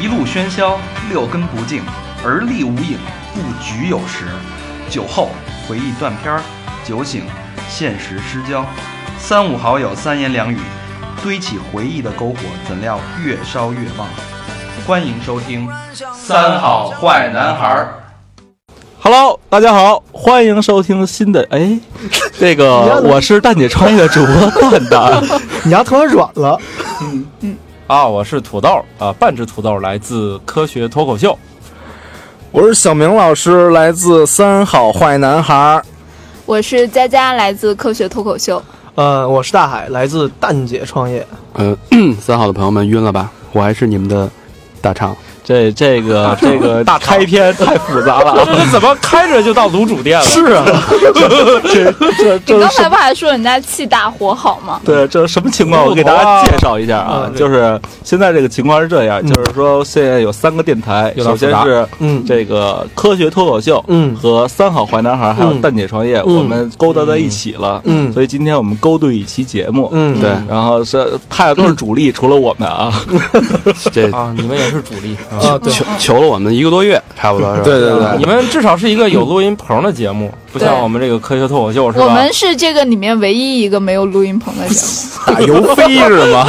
一路喧嚣，六根不净，而立无影，不局有时。酒后回忆断片儿，酒醒现实失焦。三五好友三言两语，堆起回忆的篝火，怎料越烧越旺。欢迎收听《三好坏男孩儿》。 Hello，大家好，欢迎收听新的哎， 这个我是蛋姐创业的主播蛋蛋， 你丫突然软了， 啊，我是土豆啊，半只土豆来自科学脱口秀。我是小明老师，来自三好坏男孩儿。我是佳佳，来自科学脱口秀。呃，我是大海，来自蛋姐创业，呃，三好的朋友们晕了吧？我还是你们的大肠。这这个这 个大肠开篇太复杂了啊， 这是怎么开着就到卤煮店了？是啊， 这这你这刚是才不还说人家气大火好吗？对这什么情况？我给大家介绍一下啊，嗯就是现在这个情况是这样，就是说现在有三个电台，嗯有首点复先杂是嗯这个科学脱口秀，嗯和三好坏男孩还有嗯蛋姐创业，我们勾搭在一起了，嗯所以今天我们勾兑一期节目，嗯，对，然后是他俩都是主力，除了我们啊， 这啊，你们也是主力，啊对，求求了我们一个多月，差不多是吧？啊对对对，你们至少是一个有录音棚的节目，不像对我们这个科学脱口秀是吧？我们是这个里面唯一一个没有录音棚的节目。打油飞是 吗？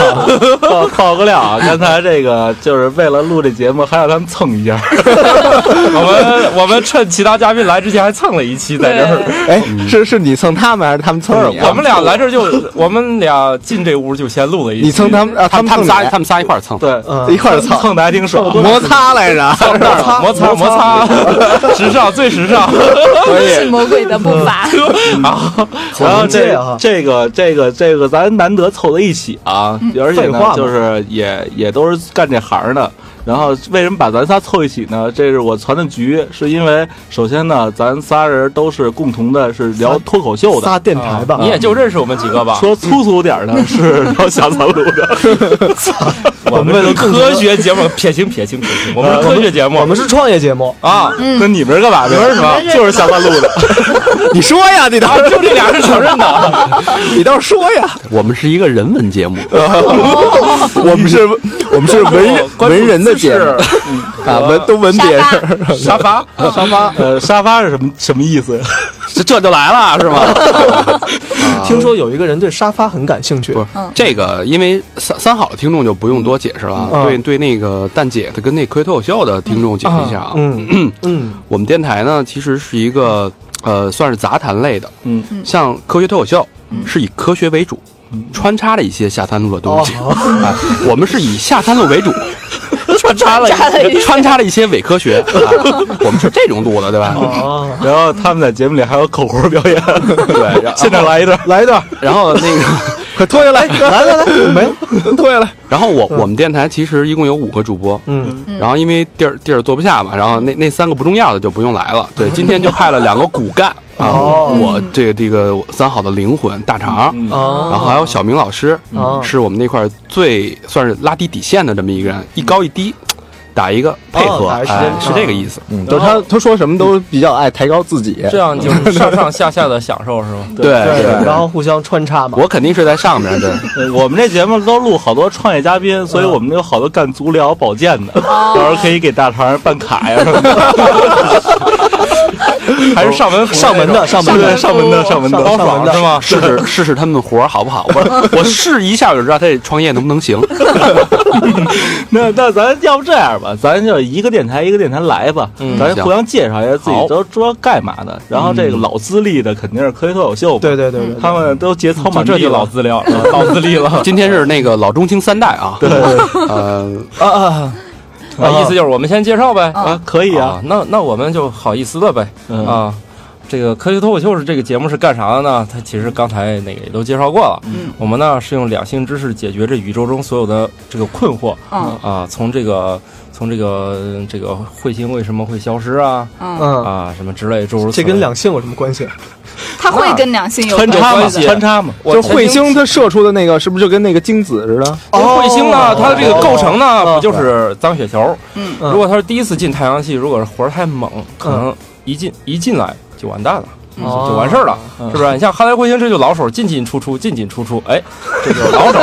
爆爆个料啊！刚才这个就是为了录这节目，还让他们蹭一下， 我们我们趁其他嘉宾来之前还蹭了一期 在这儿。对， 哎，嗯是是你蹭他们还是他们不是蹭你啊？我们俩来这儿就我们俩进这屋就先录了一期。你蹭他们啊？他们他们蹭你仨他们仨一块儿蹭，对，嗯一块儿蹭，蹭的还挺爽。摩擦来着。 摩擦摩擦，时尚最时尚。都是魔鬼的步伐。嗯然后这这啊这个这个这个，咱难得凑在一起啊，而且废呢话，嘛就是也也都是干这行的。然后为什么把咱仨凑一起呢？这是我传的局，是因为首先呢，咱仨人都是共同的是聊脱口秀的，啊仨电台啊吧，你也就认识我们几个吧？说粗俗点儿呢是聊下三路的，我们是科学节目，撇清撇清撇清，呃我们是科学节目，我们是创业节目，啊，那你们是干嘛的？是什么？嗯就是下三路的。你说呀，你倒啊，就这俩是承认的。 你倒说呀。我们是一个人文节目， 我们是，我们是文人文人的节目啊，嗯文都文别人沙发沙发，沙发。呃，沙发是什么什么意思？这这就来了是吗？ 听说有一个人对沙发很感兴趣不，是嗯这个，因为三三好的听众就不用多解释了啊。嗯对对，那个蛋姐的跟那科学脱口秀的听众解释一下啊。嗯嗯我们电台呢，其实是一个呃，算是杂谈类的，嗯，像科学脱口秀是以科学为主，穿插了一些下三路的东西，哦 哎，我们是以下三路为主，穿插了穿插了一些穿插了一些伪科学，哎我们是这种路的，对吧？啊，然后他们在节目里还有口活表演，对，然后现在来一段。来一段，然后那个，快脱下来，来来来，没了，脱下来，然后我我们电台其实一共有五个主播，嗯，嗯然后因为地儿地儿坐不下嘛，然后那那三个不重要的就不用来了。对，今天就派了两个骨干啊，哦我这个这个三好的灵魂大肠，然后啊还有小明老师，哦是我们那块儿最算是拉低底线的这么一个人，一高一低，打一个配合，哦打一时间哎，是这个意思。嗯，都是他他说什么都比较爱抬高自己，这样就是上上下下的享受是吗？ 对，对，然后互相穿插嘛，我肯定是在上面，对，呃我们这节目都录好多创业嘉宾，所以嗯我们有好多干足疗保健的，哦到时候可以给大肠办卡呀什么 的。还是上门服务上门的，上门对，的，上门的，上门上哦的。上门的是吗？试试试试他们的活儿好不好？我 我试一下，我就知道他这创业能不能行。那那咱要不这样吧，咱就一个电台一个电台来吧，嗯咱行互相介绍一下自己好都主要干嘛的。然后嗯这个老资历的肯定是科学脱口秀嘛，对对对对，他们都节操就满这地就老了。资料了， 老资历了。 今天是那个老中青三代啊，对， 呃，啊啊！意思就是我们先介绍呗。啊，可以啊，啊，那那我们就好意思了呗。嗯啊，这个科学脱口秀是这个节目是干啥的呢？它其实刚才那个也都介绍过了。嗯我们呢是用两性知识解决这宇宙中所有的这个困惑。嗯啊，从这个从这个这个彗星为什么会消失啊嗯，嗯，啊什么之类诸如此这类跟两性有什么关系？啊他会跟两性有穿插嘛，关关系系。穿插嘛。我就曾彗经星它射出的那个，是不是就跟那个精子似的？这哦彗星呢，它的这个构成呢，哦不就是脏雪球？嗯嗯如果它是第一次进太阳系，如果是活儿太猛，可能一进一进来就完蛋了，就哦就完事儿了，嗯 是不是？你像哈雷彗星，这就老手进进出出，进进出出，哎，这就是老手，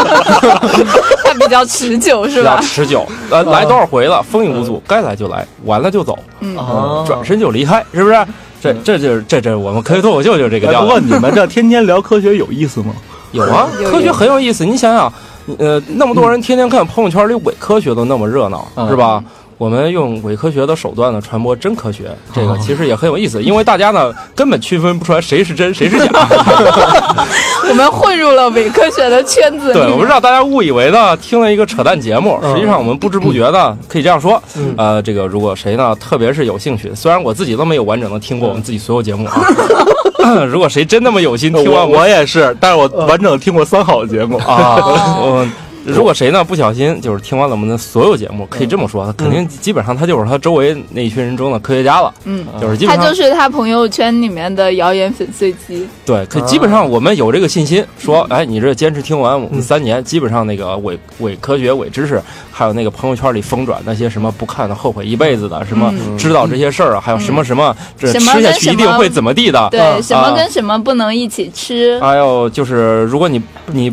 他比较持久是比较 吧？持久，来来多少回了，风雨无阻，该来就来，完了就走，嗯，啊，转身就离开，是不是？这这就是这这我们科学脱口秀就是这个哎调不过子。你们这天天聊科学有意思吗？有啊，有嗯科学很有意思，你想想，呃，那么多人天天看朋友圈里伪科学都那么热闹，嗯是吧？我们用伪科学的手段呢传播真科学，这哦个其实也很有意思，因为大家呢根本区分不出来谁是真谁是假。我们混入了伪科学的圈子里。啊 对，我们让大家误以为呢听了一个扯淡节目，实际上我们不知不觉呢，可以这样说，呃，这个如果谁呢，特别是有兴趣，虽然我自己都没有完整的听过我们自己所有节目啊， 如果谁真那么有心听我 完我嗯我也是，但是我完整听过三好节目啊。啊，嗯。如果谁呢不小心就是听完了我们的所有节目，可以这么说，他肯定基本上他就是他周围那一群人中的科学家了，嗯，就是基他本上就是他朋友圈里面的谣言粉碎机。对，可基本上我们有这个信心，说，哎，你这坚持听完我们三年，基本上那个伪伪科学、伪知识，还有那个朋友圈里疯转那些什么不看的后悔一辈子的，什么知道这些事儿啊，还有什么什么这什么吃下跟去什一定么会怎么地的，对，什么跟什么不能一起吃？还有就是如果你你。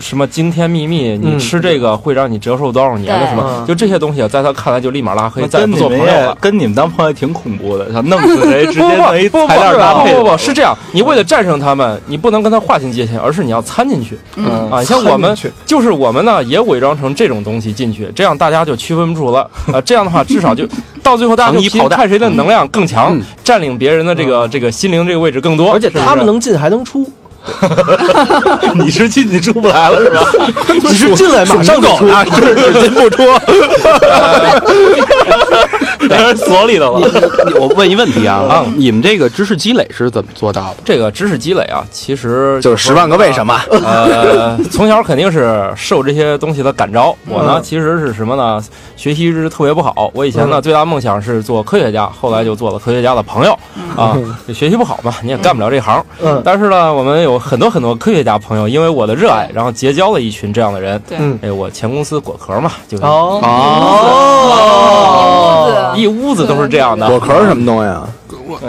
什么惊天秘密？你嗯吃这个会让你折寿多少年的对什么？就这些东西，啊，在他看来就立马拉黑，那再也跟不你做们朋友了也。跟你们当朋友挺恐怖的，想弄死谁，直不接弄一不不不材料搭不配不不不是这样，你为了战胜他们，你不能跟他划清界限，而是你要掺进去。嗯啊，像我们就是我们呢，也伪装成这种东西进去，这样大家就区分不出了。啊，这样的话，至少就到最后大家就糖衣拼炮弹看谁的能量更强嗯，占领别人的这个这个心灵这个位置更多。而且是不是他们能进还能出，你是进你出不来了是吧？你是进来马上就出，啊，是只进不出。当然锁里头了。我问一问题啊，啊你们这个知识积累是怎么做到的？哎这个知识积累啊，其实就是十万个为什么， 呃，从小肯定是受这些东西的感召。嗯我呢，其实是什么呢？学习一直特别不好。我以前呢，嗯最大梦想是做科学家，后来就做了科学家的朋友啊。就学习不好嘛，你也干不了这行。嗯但是呢，我们有很多很多科学家朋友，因为我的热爱，然后结交了一群这样的人。对嗯哎，我前公司果壳嘛，就是哦，哦，一屋子都是这样的果壳是什么东西啊？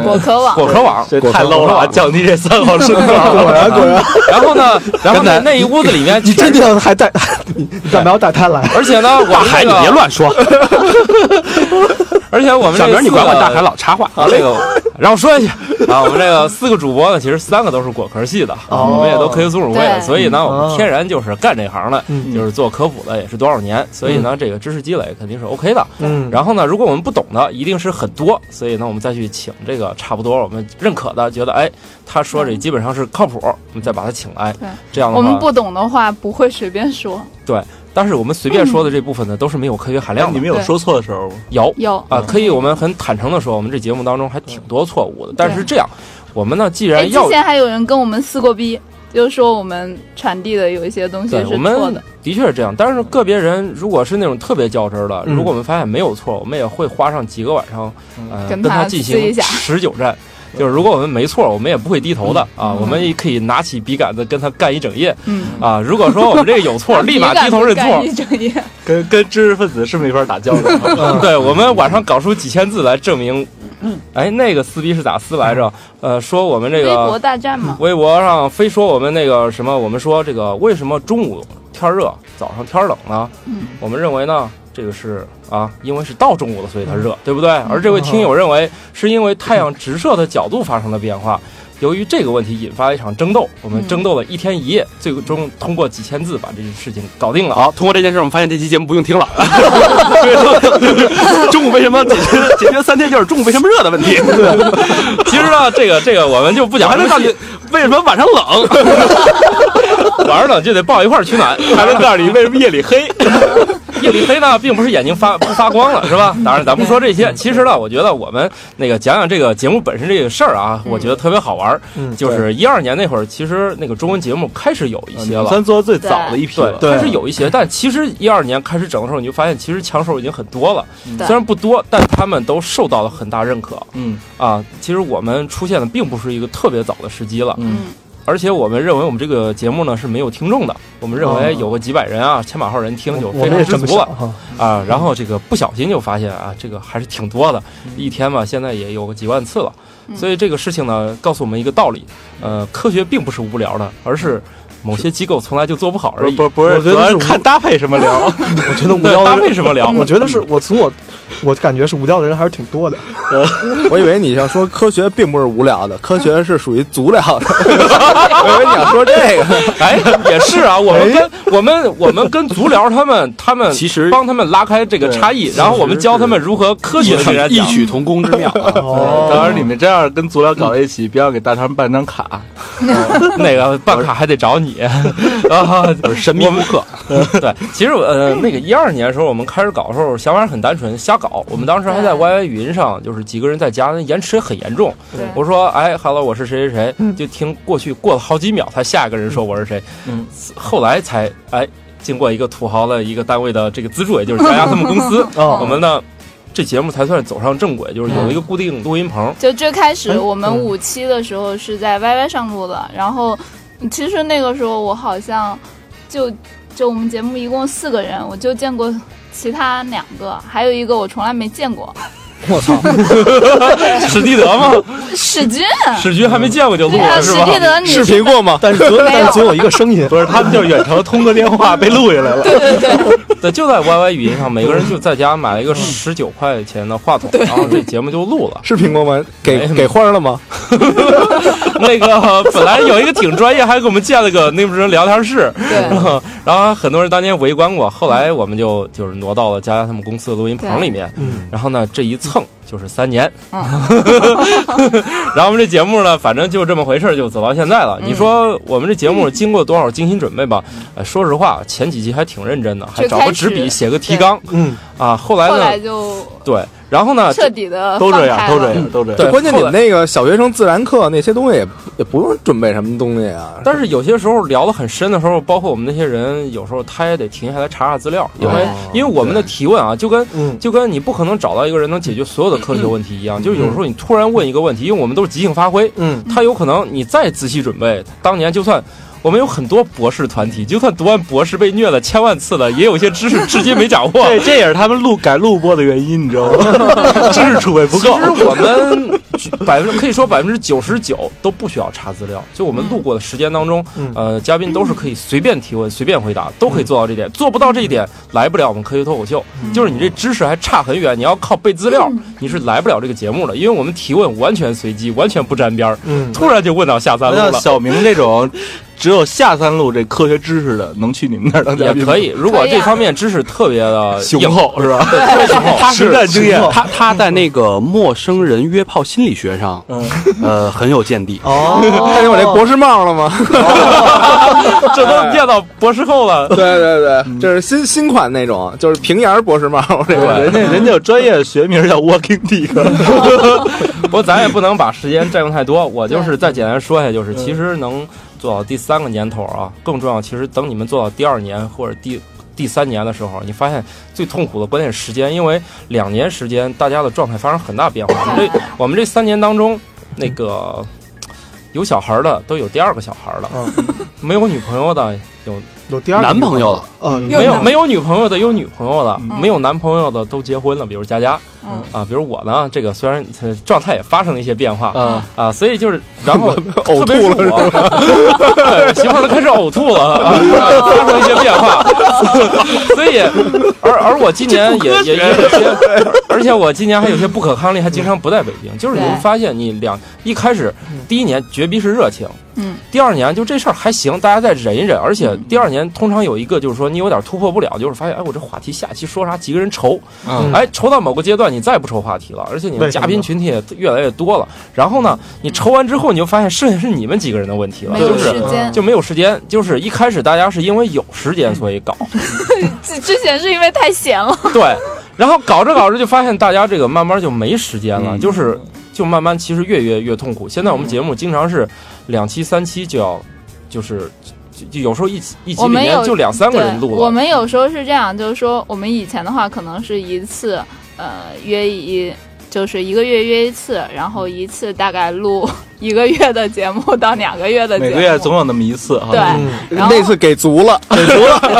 果壳网果壳网。嗯这太 low 了啊，降低这三好身高。果然果然，然后呢，然后呢，那一屋子里面你真的还带， 你你干嘛要带他来？而且呢，我们海，这你个别乱说，而且我们小这明你四个管管大海老插话。啊，这个 让我说一下啊，我们这个四个主播呢，其实三个都是果壳系的，哦我们也都科学组委会的，对所以呢，我哦们天然就是干这行的，嗯就是做科普的，也是多少年，所以呢，这个知识积累肯定是 OK 的。嗯，然后呢，如果我们不懂的，一定是很多，所以呢，我们再去请这个差不多我们认可的，觉得哎，他说这基本上是靠谱，我们再把他请来对。这样的我们话，不懂的话不会随便说。但是我们随便说的这部分呢，都是没有科学含量哎你的们。有说错的时候吗？有有啊，可以，我们很坦诚的说，我们这节目当中还挺多错误的。但是对这样，我们呢，既哎，然之要前还有人跟我们撕过逼，就是说我们传递的有一些东西对，是我错们的。的确是这样。但是个别人如果是那种特别较真儿的，嗯如果我们发现没有错，我们也会花上几个晚上，呃，嗯跟跟他进撕一行下持久战。就是如果我们没错，我们也不会低头的啊，我们也可以拿起笔杆子跟他干一整夜嗯，啊。如果说我们这个有错，立马 低头认错。 错。跟跟知识分子是没法打交道的。嗯对，我们晚上搞出几千字来证明，哎，那个撕逼是咋撕来着？呃，说我们微这个博大战嘛，微博上非说我们那个什么，我们说这个为什么中午天儿热，早上天儿冷呢？嗯我们认为呢，这个是啊，因为是到中午了，所以它嗯热，对不对？而这位听友认为是因为太阳直射的角度发生了变化。由于这个问题引发了一场争斗，我们嗯争斗了一天一夜，最终通过几千字把这件事情搞定了。啊 好，通过这件事，我们发现这期节目不用 听了。中午为什么解决解决三天就是中午为什么热的问题？其实呢，这个这个我们就不讲还能这么告细诉你为什么晚上冷？晚上冷就得抱一块儿取 暖，还能告诉你为什么夜里黑。夜里黑呢，并不是眼睛发不 发光了，是吧？当然，咱不说这些。其实呢，我觉得我们那个讲讲这个节目本身这个事儿啊，嗯我觉得特别好玩儿。嗯就是一二年那会儿，其实那个中文节目开始有一些了。算做最早的一批对了，，开始有一些，但其实一二年开始整的时候，你就发现其实强手已经很多了。嗯对虽然不多，但他们都受到了很大认可嗯啊。其实我们出现的并不是一个特别早的时机了。嗯，嗯，而且我们认为我们这个节目呢是没有听众的，我们认为有个几百人啊、千把号人听就哦嗯我非们也常知这么足想了哈，啊。然后这个不小心就发现啊，这个还是挺多的，一天嘛现在也有个几万次了。嗯所以这个事情呢，告诉我们一个道理，呃，科学并不是无聊的，而是某些机构从来就做不好不而是已。不是不我是，觉得主要是是看搭配什么 聊。我觉得无对聊搭的配人，什么聊？我觉得是嗯我从我，我感觉是无聊的人还是挺多的。我以为你要说科学并不是无聊的，科学是属于足疗的。 我以为你要说这个，哎，也是啊，我们跟我们我们跟足疗他们他们其实帮他们拉开这个差异，然后我们教他们如何科学的跟人 异家讲。曲同工之妙啊。哦当然，你们这样跟足疗搞在一起，不要给大肠办张卡。那个办卡还得找你啊，神秘顾客。 对，其实我呃，那个一二年的时候，我们开始搞的时候，想法很单纯，瞎搞。我们当时还在 YY 云上，就是几个人在家，那延迟很严重。对我说，哎，Hello，我是谁谁嗯谁，就听过去过了好几秒，才下一个人说我是谁。嗯，后来才哎，经过一个土豪的一个单位的这个资助，也就是佳佳他们公司，嗯哦我们呢。这节目才算走上正轨，就是有一个固定录音棚，就最开始哎我们嗯五期的时候是在 YY 上录的，然后嗯其实那个时候我好像就就我们节目一共四个人，我就见过其他两个，还有一个我从来没见过，我操，嗯史蒂德吗？史军，史军还没见过就录嗯对啊，了哦是史吧？蒂德你视频过吗？。但是总没有但是总有一个声音，不是，他们就是远程通个电 话被录下来了。对，就在 YY 语音上，每个人就在家买了一个十九块钱的话筒，然后这节目就录了视频过吗？没给什么给花了吗？那个本来有一个挺专业，还给我们建了个那不是聊天室， 对然后然后很多人当年围观过。后来我们就就是挪到了佳佳他们公司的录音棚里面，嗯，然后呢这一蹭就是三年，嗯 然后我们这节目呢，反正就这么回事儿，就走到现在了。嗯你说我们这节目经过多少精心准备吧？呃，说实话，前几期还挺认真的，还最找开个纸始笔写个提对纲嗯，啊。后来后呢来，就对，然后呢，彻底的啊都这样，都这样，都这对，样。关键你后来们那个小学生自然课那些东西也也不用准备什么东西啊。但是有些时候聊得很深的时候，包括我们那些人，有时候他也得停下来查查资料，哦因为因为我们的提问啊，就跟嗯就跟你不可能找到一个人能解决所有的科学问题一样，嗯就是有时候你突然问一个问题，因为我们都是即兴发挥，嗯，他有可能你再仔细准备，当年就算。我们有很多博士团体，就算读完博士被虐了千万次了，也有一些知识至今没掌握。这这也是他们录改录播的原因，你知道 吗？知识储备不够其。实我们 百分之可以说百分之九十九都不需要查资料，就我们路过的时间当中，嗯呃，嘉宾都是可以随便提问、随便回答，都可以做到这点。做不到这一点，来不了我们科学脱口秀。就是你这知识还差很远，你要靠背资料，你是来不了这个节目的，因为我们提问完全随机，完全不沾边儿，嗯，突然就问到下三路像了。小明这种只有下三路这科学知识的，能去你们那儿当嘉也宾吗可以，如果可以啊这方面知识特别的雄硬，厚是吧？对雄 厚，实战经验。他他在那个陌生人约炮心理学上，嗯呃，很有见地。哦，嗯 看见我这博士帽了吗？这都念到博士后了。 对对嗯对，这是新新款那种，就是平沿博士帽这对个。人家人家有专业学名叫 Walking Dick， 不过咱也不能把时间占用太多， 我就是再简单说一下，就是其实能做到第三个年头啊，更重要。其实等你们做到第二年或者第第三年的时候，你发现最痛苦的关键是时间，因为两年时间大家的状态发生很大变化。我们这我们这三年当中，那个有小孩的都有第二个小孩了，没有女朋友的有有第二个男朋友了，嗯，有没有男没有女朋友的有女朋友的，嗯没有男朋友的都结婚了，比如佳佳嗯啊，比如我呢，这个虽然呃状态也发生了一些变化，啊，啊，所以就是，然后嗯 特呕别是吐了是吧我， 媳妇儿都开始呕吐了，啊发生一些变化， 所以，而而我今年也也也有些，而且我今年还有些不可抗力，还经常不在北京。就是你会对发现，你两一开始第一年绝逼是热情，嗯，第二年就这事儿还行，大家再忍一忍。而且嗯第二年通常有一个就是说你有点突破不了，就是发现哎我这话题下期说啥，几个人愁，嗯哎愁到某个阶段你再不愁话题了，而且你啊为们什嘉么宾群体也越来越多了。然后呢，你愁完之后你就发现剩下是你们几个人的问题了，没就有是时间，啊就没有时间，就是一开始大家是因为有时间所以搞，之之前是因为太闲了， 对，然后搞着搞着就发现大家这个慢慢就没时间了，嗯就是就慢慢其实越越越痛苦。现在我们节目经常是两期三期就要，就是就就有时候一集一集我里们面有就两三个人对，录我了。们有时候是这样，就是说我们以前的话可能是一次，呃，约一。就是一个月约一次，然后一次大概录 一个月的节目到两个月的节目， 每个月总有那么一次哈。对，嗯然后那次给足了，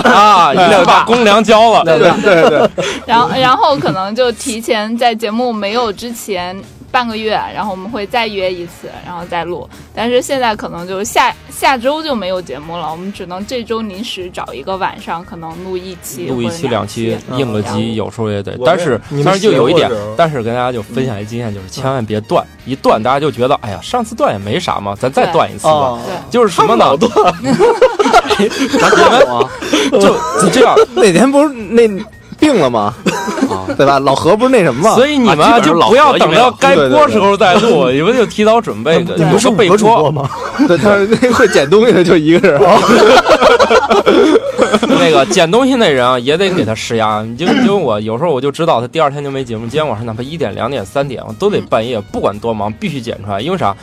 啊，一次把公粮交 了，对对对，然后然后可能就提前在节目没有之前半个月，然后我们会再约一次，然后再录。但是现在可能就是下下周就没有节目了，我们只能这周临时找一个晚上，可能录一期， 录一期两两期应个机，有时候也得我，但是你们但是就有一嗯点学过这个，但是跟大家就分享一经验，就是千万别断，一断大家就觉得，哎呀，上次断也没啥嘛，咱再对断一次吧，哦对，就是什么呢？ 咱断啊，就你这样，那天不是那病了吗？ 对吧？老何不是那什么吗？所以你们啊就不要等到该播时候再录，你们就提早准备，对有个备有主播播。吗？ 对，他是那会捡东西的就一个人，那个捡东西那人啊，也得给他施压。你就因为我有时候我就知道他第二天就没节目，今天晚上哪怕一点、两点、三点，我都得半夜，不管多忙，必须剪出来。因为啥？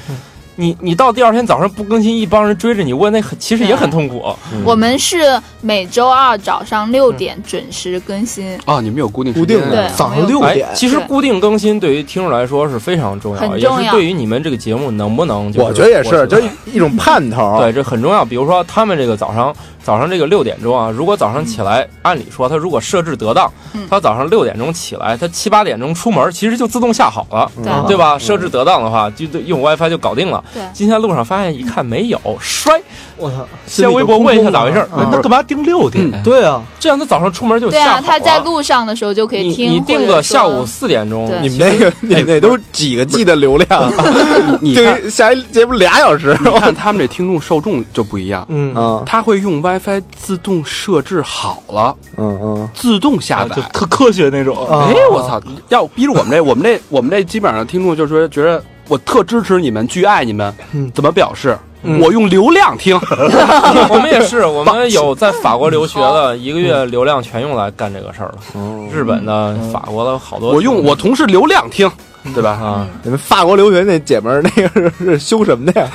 你你到第二天早上不更新，一帮人追着你问，那很其实也很痛苦。我们是每周二早上嗯六点准时更新，啊，你们有固定时固间定啊对的嗯早上我们六有哎点，，其实对固定更新对于听众来说是非常重要，很也重是要对于你们这个节目能不能就是我觉得也火是，起来就是一种盼头。对，这很重要。比如说，他们这个早上早上这个六点钟啊，如果早上起来，按理说他如果设置得当，嗯他早上六点钟起来，他七八点钟出门，其实就自动下好了，对啊对吧？设置得当的话，就就用 WiFi 就搞定了。对今天路上发现一看没有，摔，我操，先微博问一下咋回事儿啊那干嘛定六点？嗯对啊，这样他早上出门就对下好啊，了。他在路上的时候就可以你听。你定个下或者午说四点钟，对你 们那个，你们那都几个 G 的流量？ 你看对，下一节目俩小时。你看他们这听众受众就不一样，嗯，嗯他会用 WiFi 自动设置好了，嗯嗯，自动下载啊就。特科学那种。啊哎，我操！要逼着我 们这，我们这，我们这基本上听众就说觉得我特支持你们，巨爱你们嗯，怎么表示？嗯我用流量听，我们也是，我们有在法国留学的，嗯一个月流量全用来干这个事儿了。日本的、法国的好多，我用我同事流量听，嗯对吧？啊，嗯你们法国留学那姐们儿，那个是是修什么的呀？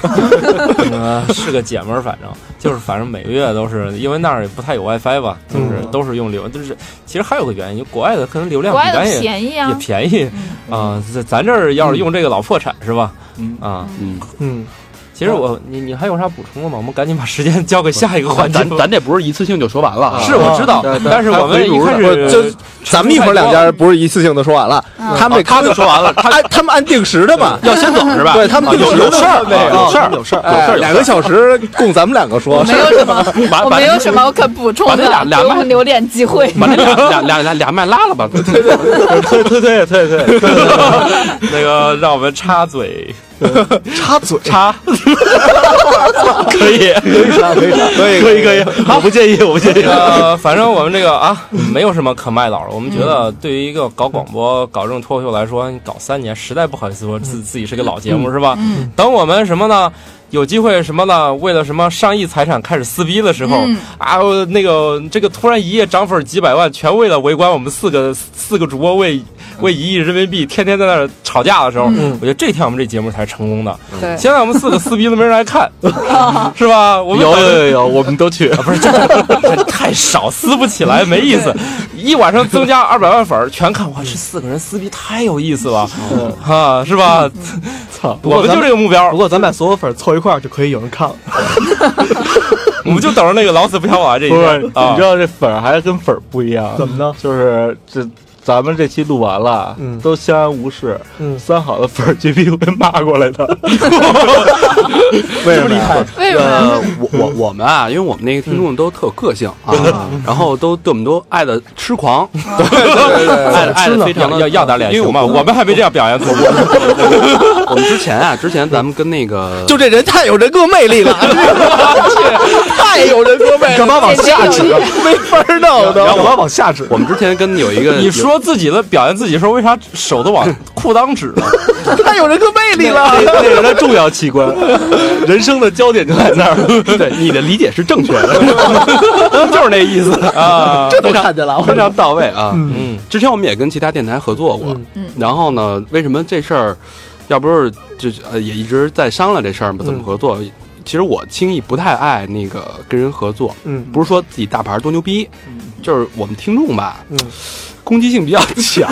嗯 是个姐们儿，反正就是反正每个月都是，因为那儿也不太有 WiFi 吧，就是都是用流，就是其实还有个原因，国外的可能流量国比外的咱也便宜也啊，便宜啊，咱咱这儿要是用这个老破产是吧？啊，嗯，嗯，其实我你你还有啥补充的吗？我们赶紧把时间交给下一个环节咱。咱这不是一次性就说完了啊，是我知道，但是我们一开我始就咱们一会儿两家不是一次性的说完了，嗯他们这他就说完了，他他们按定时的嘛，要先走是吧？对他们定有时有事儿，啊那啊有事儿，有事儿，有事哎儿两个小时供咱们两个我说，没有什 么，把我把没有什么可补充把那俩的，俩给我麦们留点机会。 把那俩俩俩俩俩麦拉了吧。对对对对对，那个让我们插嘴，插嘴，插， 可以。所以可以可以，我不介意，我不介意。呃，反正我们这个啊，没有什么可卖老的。我们觉得，对于一个搞广播、搞这种脱口秀来说，你搞三年，实在不好意思说自自己是个老节目，是吧？嗯等我们什么呢？有机会什么呢？为了什么上亿财产开始撕逼的时候、嗯啊，我那个这个突然一夜涨粉几百万，全为了围观我们四个四个主播为为一亿人民币天天在那儿吵架的时候，嗯我觉得这天我们这节目才是成功的。对，现在我们四个撕逼都没人来看， 是吧？我们有有有有，我们都去。啊不是，这这太少，撕不起来，没意思。一晚上增加二百万粉儿，全看哇，这四个人撕逼太有意思了，啊，是 吧？操！不我过们咱就这个目标不，过咱把所有粉儿凑一块儿就可以有人看了，我们就等着那个老死不相往来这一不是，天你啊知。道这粉儿还跟粉儿不一样，怎么呢？就是这咱们这期录完了，嗯都相安无事。嗯三好的粉儿绝逼会骂过来 的。为什么呀？为什么？呃，我我我们啊，因为我们那个听众都特有个性啊， 然后都对我们都爱的痴狂，爱的爱的非常要要要点脸因为行吗？我我们还没这样表扬过。我们之前啊，之前咱们跟那个就这人太有人格魅力了，太有人格魅力了，干嘛呃往下 指没法儿弄然后我的。要往下指，我们之前跟有一个 你说自己的表扬自己的时候，为啥手都往裤裆 指了？太有人格魅力了，那是他重要器 官，人生的焦点就在那儿。对你的理解是正确的，就是那意思啊，这都看见了，我非常到位啊。嗯，之前我们也跟其他电台合作过，嗯然后呢，为什么这事儿，要不是就呃也一直在商量这事儿嘛，怎么合作？其实我轻易不太爱那个跟人合作，嗯不是说自己大牌多牛逼，就是我们听众吧，嗯攻击性比较强。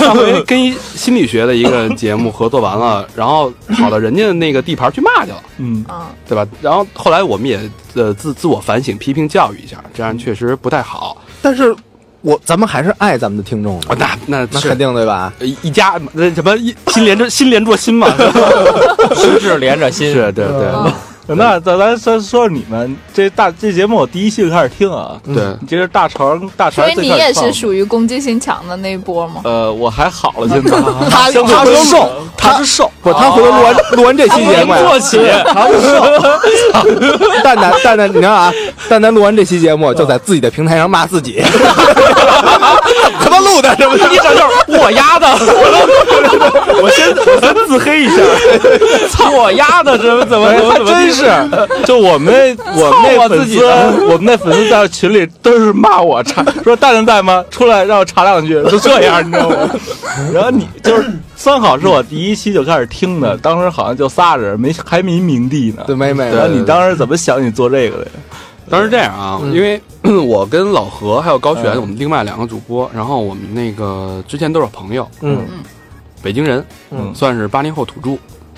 上回跟一心理学的一个节目合作完了，然后跑到人家那个地盘去骂去了。 嗯，啊，对吧？然后后来我们也呃自自我反省、批评、教育一下，这样确实不太好。但是我咱们还是爱咱们的听众的，那那那是肯定对吧？呃一家那什么一心连着心连着心嘛，心智连着心，是对对嗯那咱咱说说你们这大这节目，我第一期就开始听啊。嗯对。你这是大肠大肠所以最开始你放的，也是属于攻击性强的那一波吗？呃，我还好了，现在 他相对他是瘦，他是瘦，不，他回头录完录完这期节啊目呀，起， 蛋蛋蛋蛋，你知道啊？蛋蛋录完这期节目，就在自己的平台上骂自 己，他妈录的什么？一整就是我丫的，我先我先自黑一下，我丫的，这 怎么怎么还怎么真是，就我 们那我们那粉丝，啊 我们那粉丝在群里都是骂我查，说蛋蛋在吗？出来让我查 两句，就这样，你知道吗？然后你就是三好是我第一期就开始听的，当时好像就仨人，没还没明帝呢。对，嗯妹妹，然后你当时怎么想你做这个的呀？当时这样啊，因为 我跟老何还有高璇，我们另外两个主播，然后我们那个之前都是朋友，嗯嗯北京人，嗯算是八零后土著。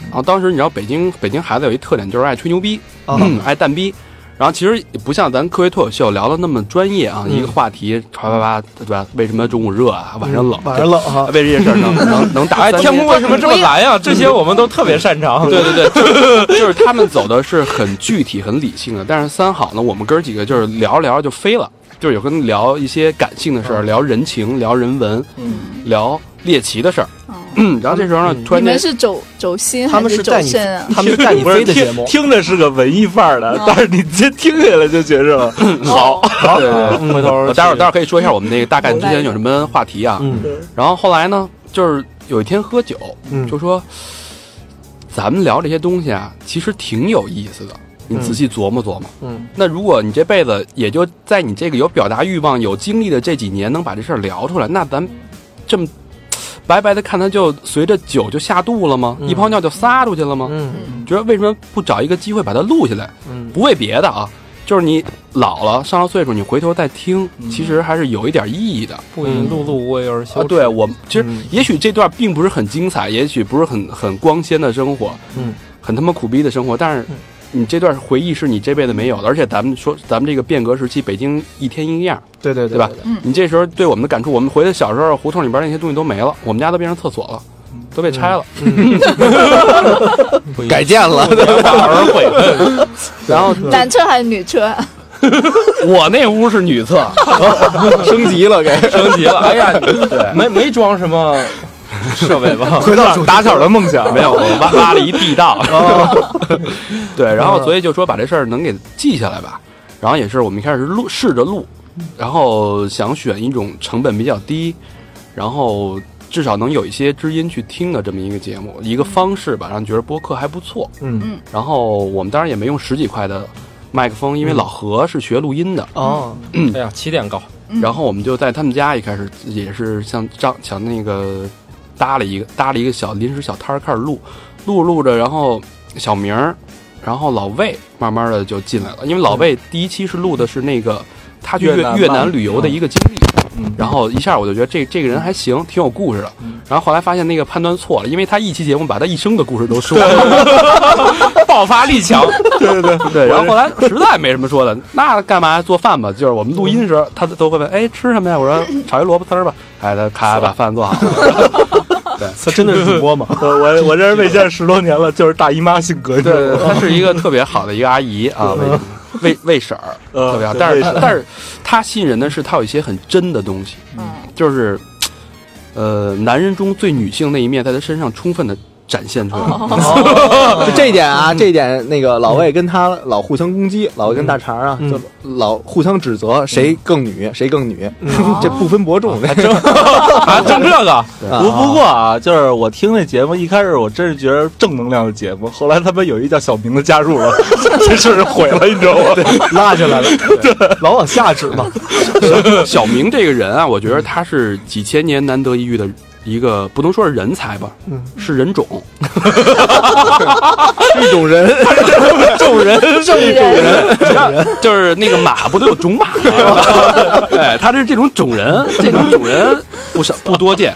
然后当时你知道北京北京孩子有一特点就是爱吹牛逼，哦啊 嗯爱蛋逼。然后其实也不像咱科学脱口秀聊的那么专业啊，嗯一个话题啪啪啪，对吧？为什么中午热啊，晚上冷？晚上冷哈，嗯为这件事儿 能能能打哎，三天空为什么这么蓝呀？这些我们都特别擅长。对对对，就是 他们走的是很具体、很理性的，但是三好呢，我们哥儿几个就是聊着聊着就飞了，就是有跟聊一些感性的事儿，聊人情、聊人文、嗯聊猎奇的事儿。嗯，嗯，然后这时候呢，你突然们间是走走心他还们是走带你肾啊？ 他们是带你不是飞的节 听目，听着是个文艺范儿的哦嗯，但是你这听起来就觉着了。好，对对对，回头我呃待会儿待会儿可以说一下我们那个大概之前有什么话题啊。嗯然后后来呢，就是有一天喝酒，嗯就说咱们聊这些东西啊，其实挺有意思的。你仔细琢磨琢磨，嗯，那如果你这辈子也就在你这个有表达欲望、有经历的这几年能把这事儿聊出来，那咱这么白白的看它就随着酒就下肚了吗？嗯一泡尿就撒出去了吗？嗯觉得为什么不找一个机会把它录下来？嗯，不为别的啊，就是你老了上了岁数，你回头再听，嗯其实还是有一点意义的。不饮碌碌，无为而啊休。，对我其实嗯也许这段并不是很精彩，也许不是很很光鲜的生活，嗯，很他妈苦逼的生活，但是嗯你这段回忆是你这辈子没有的，而且咱们说咱们这个变革时期，北京一天一样，对对对吧？嗯你这时候对我们的感触，我们回到小时候胡同里边那些东西都没了，我们家都变成厕所了，嗯都被拆了， 改建了，而悔。然后男厕还是女啊厕？ 我那屋是 女厕，升级了，给 升级了，哎 呀，没没装什么设备吧？回到主题， 打小的梦想哦没有，我挖挖了一地道。 对，然后所以就说把这事儿能给记下来吧。然后也是我们一开始录试着录，然后想选一种成本比较低，然后至少能有一些知音去听的这么一个节目，一个方式吧，让觉得播客还不错。嗯然后我们当然也没用十几块的麦克风，因为老嗯何是学录音的，哦，哎呀，起点高，嗯然后我们就在他们家一开始也是像张像那个搭了一个搭了一个小临时小摊儿开始录，录着录着，然后小明儿，然后老魏慢慢的就进来了，因为老魏第一期是录的是那个他去越越南吧越南旅游的一个经历。嗯然后一下我就觉得这这个人还行，挺有故事的。然后后来发现那个判断错了，因为他一期节目把他一生的故事都说了， 爆发力强，对。然后后来实在没什么说的，那干嘛做饭吧？就是我们录音的时候，他都会问：“哎，吃什么呀？”我说：“炒一萝卜丝儿吧。”哎，他咔把饭做好了。他真的是主 播嘛？我我我这人魏见十多年了，就是大姨妈性格。你知对道吗 对，对她是一个特别好的一个阿姨 啊，魏魏魏婶儿呃特别好，对但是魏婶儿但是她吸引人的是她有一些很真的东西，嗯就是呃，男人中最女性那一面在她身上充分的展现出来。哦就这一点啊，这一点那个老魏跟他老互相攻击，老魏跟大肠啊，嗯嗯就老互相指责谁更女谁更女，这不分伯哦仲，这啊，整这个不不过啊，就是我听那节目，一开始我真是觉得正能量的节目，后来他们有一叫小明的加入 了，这事儿毁了，你知道吗？拉下来了， 老往下指嘛。 小明这个人啊，我觉得他是几千年难得一遇的一个，不能说是人才吧，嗯是人种。一种人，种人，众人就是那个马不都有种马吗？ 哎，他是这种种 人，这种种人不少不多见。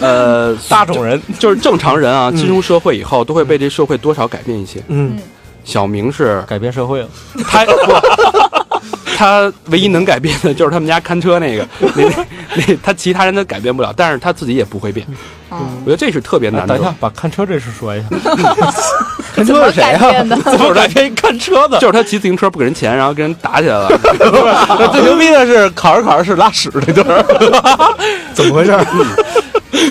呃，大种人，嗯就是正常人啊，进入社会以后都会被这社会多少改变一些。嗯小明是改变社会了。他，不 他唯一能改变的就是他们家看车那 个，那那他其他人都改变不了，但是他自己也不会变。我觉得这是特别难哎等的一。下，把看车这事说一 下。看怎车么是谁改呀、变 的？怎么改变看车的？就是他骑自行车不给人钱，然后跟人打起来 了。那最牛逼的是考着考着是拉屎那段儿，怎么回事？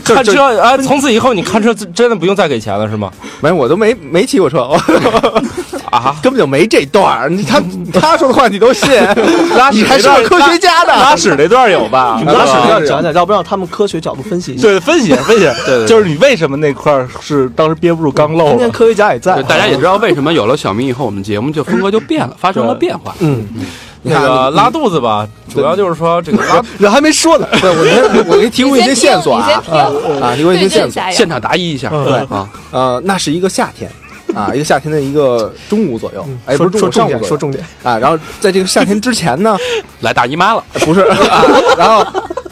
看车哎，从此以后你看车真真的不用再给钱了是吗？嗯没，我都没没骑过车，我啊，根本就没这段 儿。你他他说的话你都信？拉你屎还那是段个儿科学家呢？拉屎那段儿有吧？你们拉屎啊要讲讲，要不让他们科学角度分析一下。嗯对，分析分析，对对就是你为什么那块儿是当时憋不住刚漏今天了？科学家也在，大家也知道为什么有了小明以后，我们节目就风格就变了，发生了变化。嗯，那个拉肚子吧，主要就是说这个 拉人还没说哎呢。对，我给我给你提供一些线索你先啊听，你先听啊，提供一些对线症索。下药现。场答疑一下，嗯对啊，呃，那是一个夏天。啊，一个夏天的一个中午左右，哎，不说是说中午，上重午左点，右说重点，啊，然后在这个夏天之前呢，来大姨妈了，不是啊，然后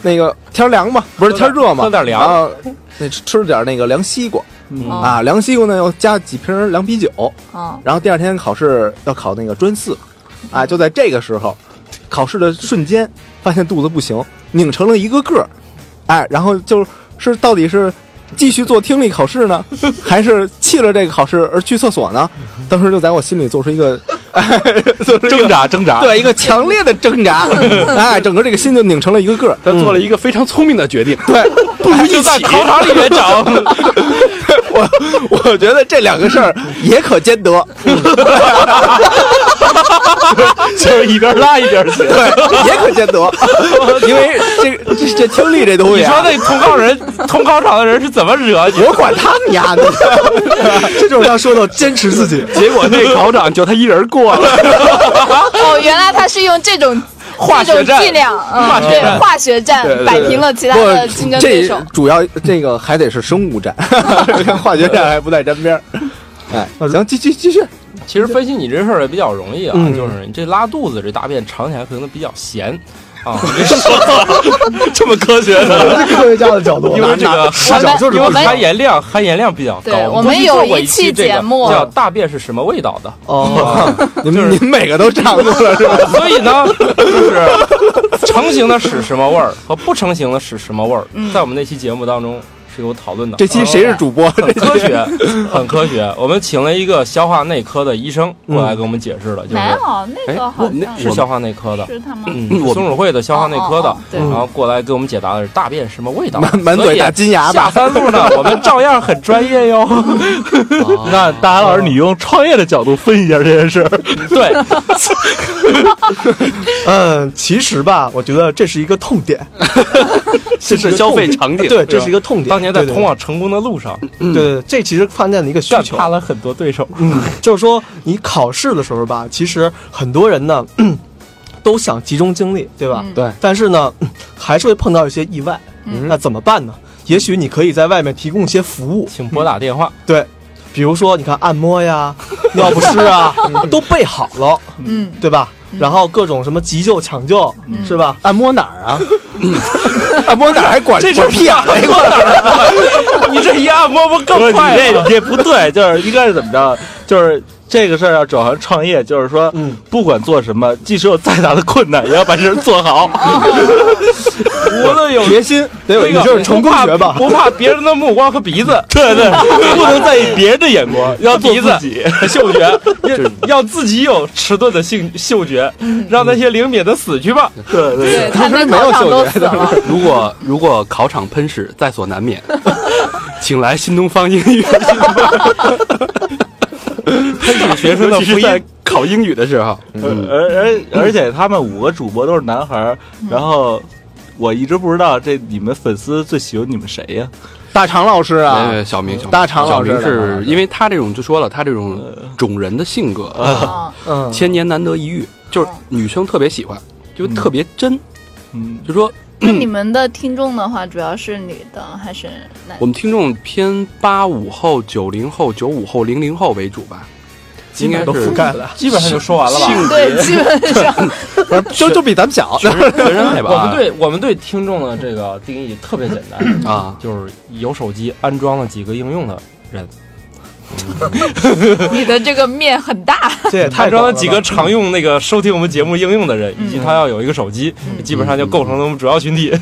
那个天儿凉嘛，不是天儿热嘛，喝点凉然后那吃吃点那个凉西瓜嗯啊，凉西瓜呢又加几瓶凉啤酒，嗯，然后第二天考试要考那个专四，啊，就在这个时候，考试的瞬间发现肚子不行，拧成了一个个儿，哎，然后就是到底是继续做听力考试呢，还是弃了这个考试而去厕所呢？当时就在我心里做出一个， 哎、做出一挣个扎挣扎，对一个强烈的挣扎，哎，整个这个心就拧成了一个个儿，他做了一个非常聪明的决定，对，不如就在考场里面找， 我 我觉得这两个事儿也可兼得，就是一边拉一边写。对，也可兼得，因为这个这这听力这东你 西、说啊，那通告人、通告场的人是怎么惹你？我管他们丫的，这就是要说到坚持自己。结果那考场就他一人过了。哦，原来他是用这种化这学种战伎俩，嗯，对，化学战对对对摆平了其他的竞不，争对这手。主要这个还得是生物战，跟化学战还不在沾边儿。哎，行，继续继续，其实分析你这事儿也比较容易啊，嗯就是你这拉肚子这大便尝起来可能比较咸 啊，这么科学的，科学家的角度，因为这个我含们因我为们含盐量含盐量比较高。对我们过去有做过一一期这个节目叫“大便是什么味道的哦，你们你们每个都上过了是吧？”， 所以呢，就是成型的屎什么味儿和不成型的屎什么味儿，嗯在我们那期节目当中是有讨论的。这期谁是主播？很科学， 很科学。我们请了一个消化内科的医生过来给我们解释了，就没是有，那个好像是消化内科的，是他吗？嗯，松鼠会的消化内科的哦哦哦，对然后过来给我们解答的是大便什么味道。满满嘴大金牙下吧？三路呢，我们照样很专业哟。哦 那大韩老师，你用创业的角度分析一下这件事儿，对，嗯，其实吧，我觉得这是一个痛点，这是一个消痛费点场对，景对这吧是一个痛点。 当年在对对通往成功的路上，对对，对这其实发现了一个需干求，趴了很多对手。嗯，就是说你考试的时候吧，其实很多人呢 都想集中精力，对吧？嗯对但是呢， 还是会碰到一些意外，嗯那怎么办呢？也许你可以在外面提供一些服务，请拨打电话，对，比如说你看按 摩呀、尿不湿啊，都备好了，嗯，对吧？然后各种什么急救、抢救，是吧？按摩哪儿啊？按摩哪儿还管这管屁眼儿那块儿？你这一按摩不不更是快你这了？你这不对，就是应该是怎么着？就是这个事儿要转行创业，就是说，嗯不管做什么，即使有再大的困难，也要把这事儿做 好。，无论有决心得有，这个你就是成功学吧？不怕别人的目光和鼻子对对，不能在意别人的眼光，要做自己。嗅 觉要要自己有迟钝的性嗅觉，让那些灵敏的死去吧。 对对对，他在没有考场都嗅觉死了。 如果如果考场喷屎在所难 免，请来新东方英 语。喷屎学生尤的其福是音在考英语的时候，呃而而而且他们五个主播都是男孩儿，嗯然后我一直不知道这你们粉丝最喜欢你们谁呀？ 大肠老师啊，哎小明，小明大肠小老师明大肠老是师因为他这种就说了，他这种种人的性格，嗯嗯，千年难得一遇，就是女生特别喜欢，就特别真，嗯，就说那你们的听众的话，主要是女的还是男我？们听众偏八五后、九零后、九五后、零零后为主吧，应该都是覆盖了。基本上就说完了吧。对，基本上不是就就比咱们小，全是全人类吧？我们对我们对听众的这个定义特别简单，啊，就是有手机安装了几个应用的人。你的这个面很大，这也他太高让他了几吧个常用那个收听我们节目应用的人，以及他要有一个手机，基本上就构成了我们主要群体。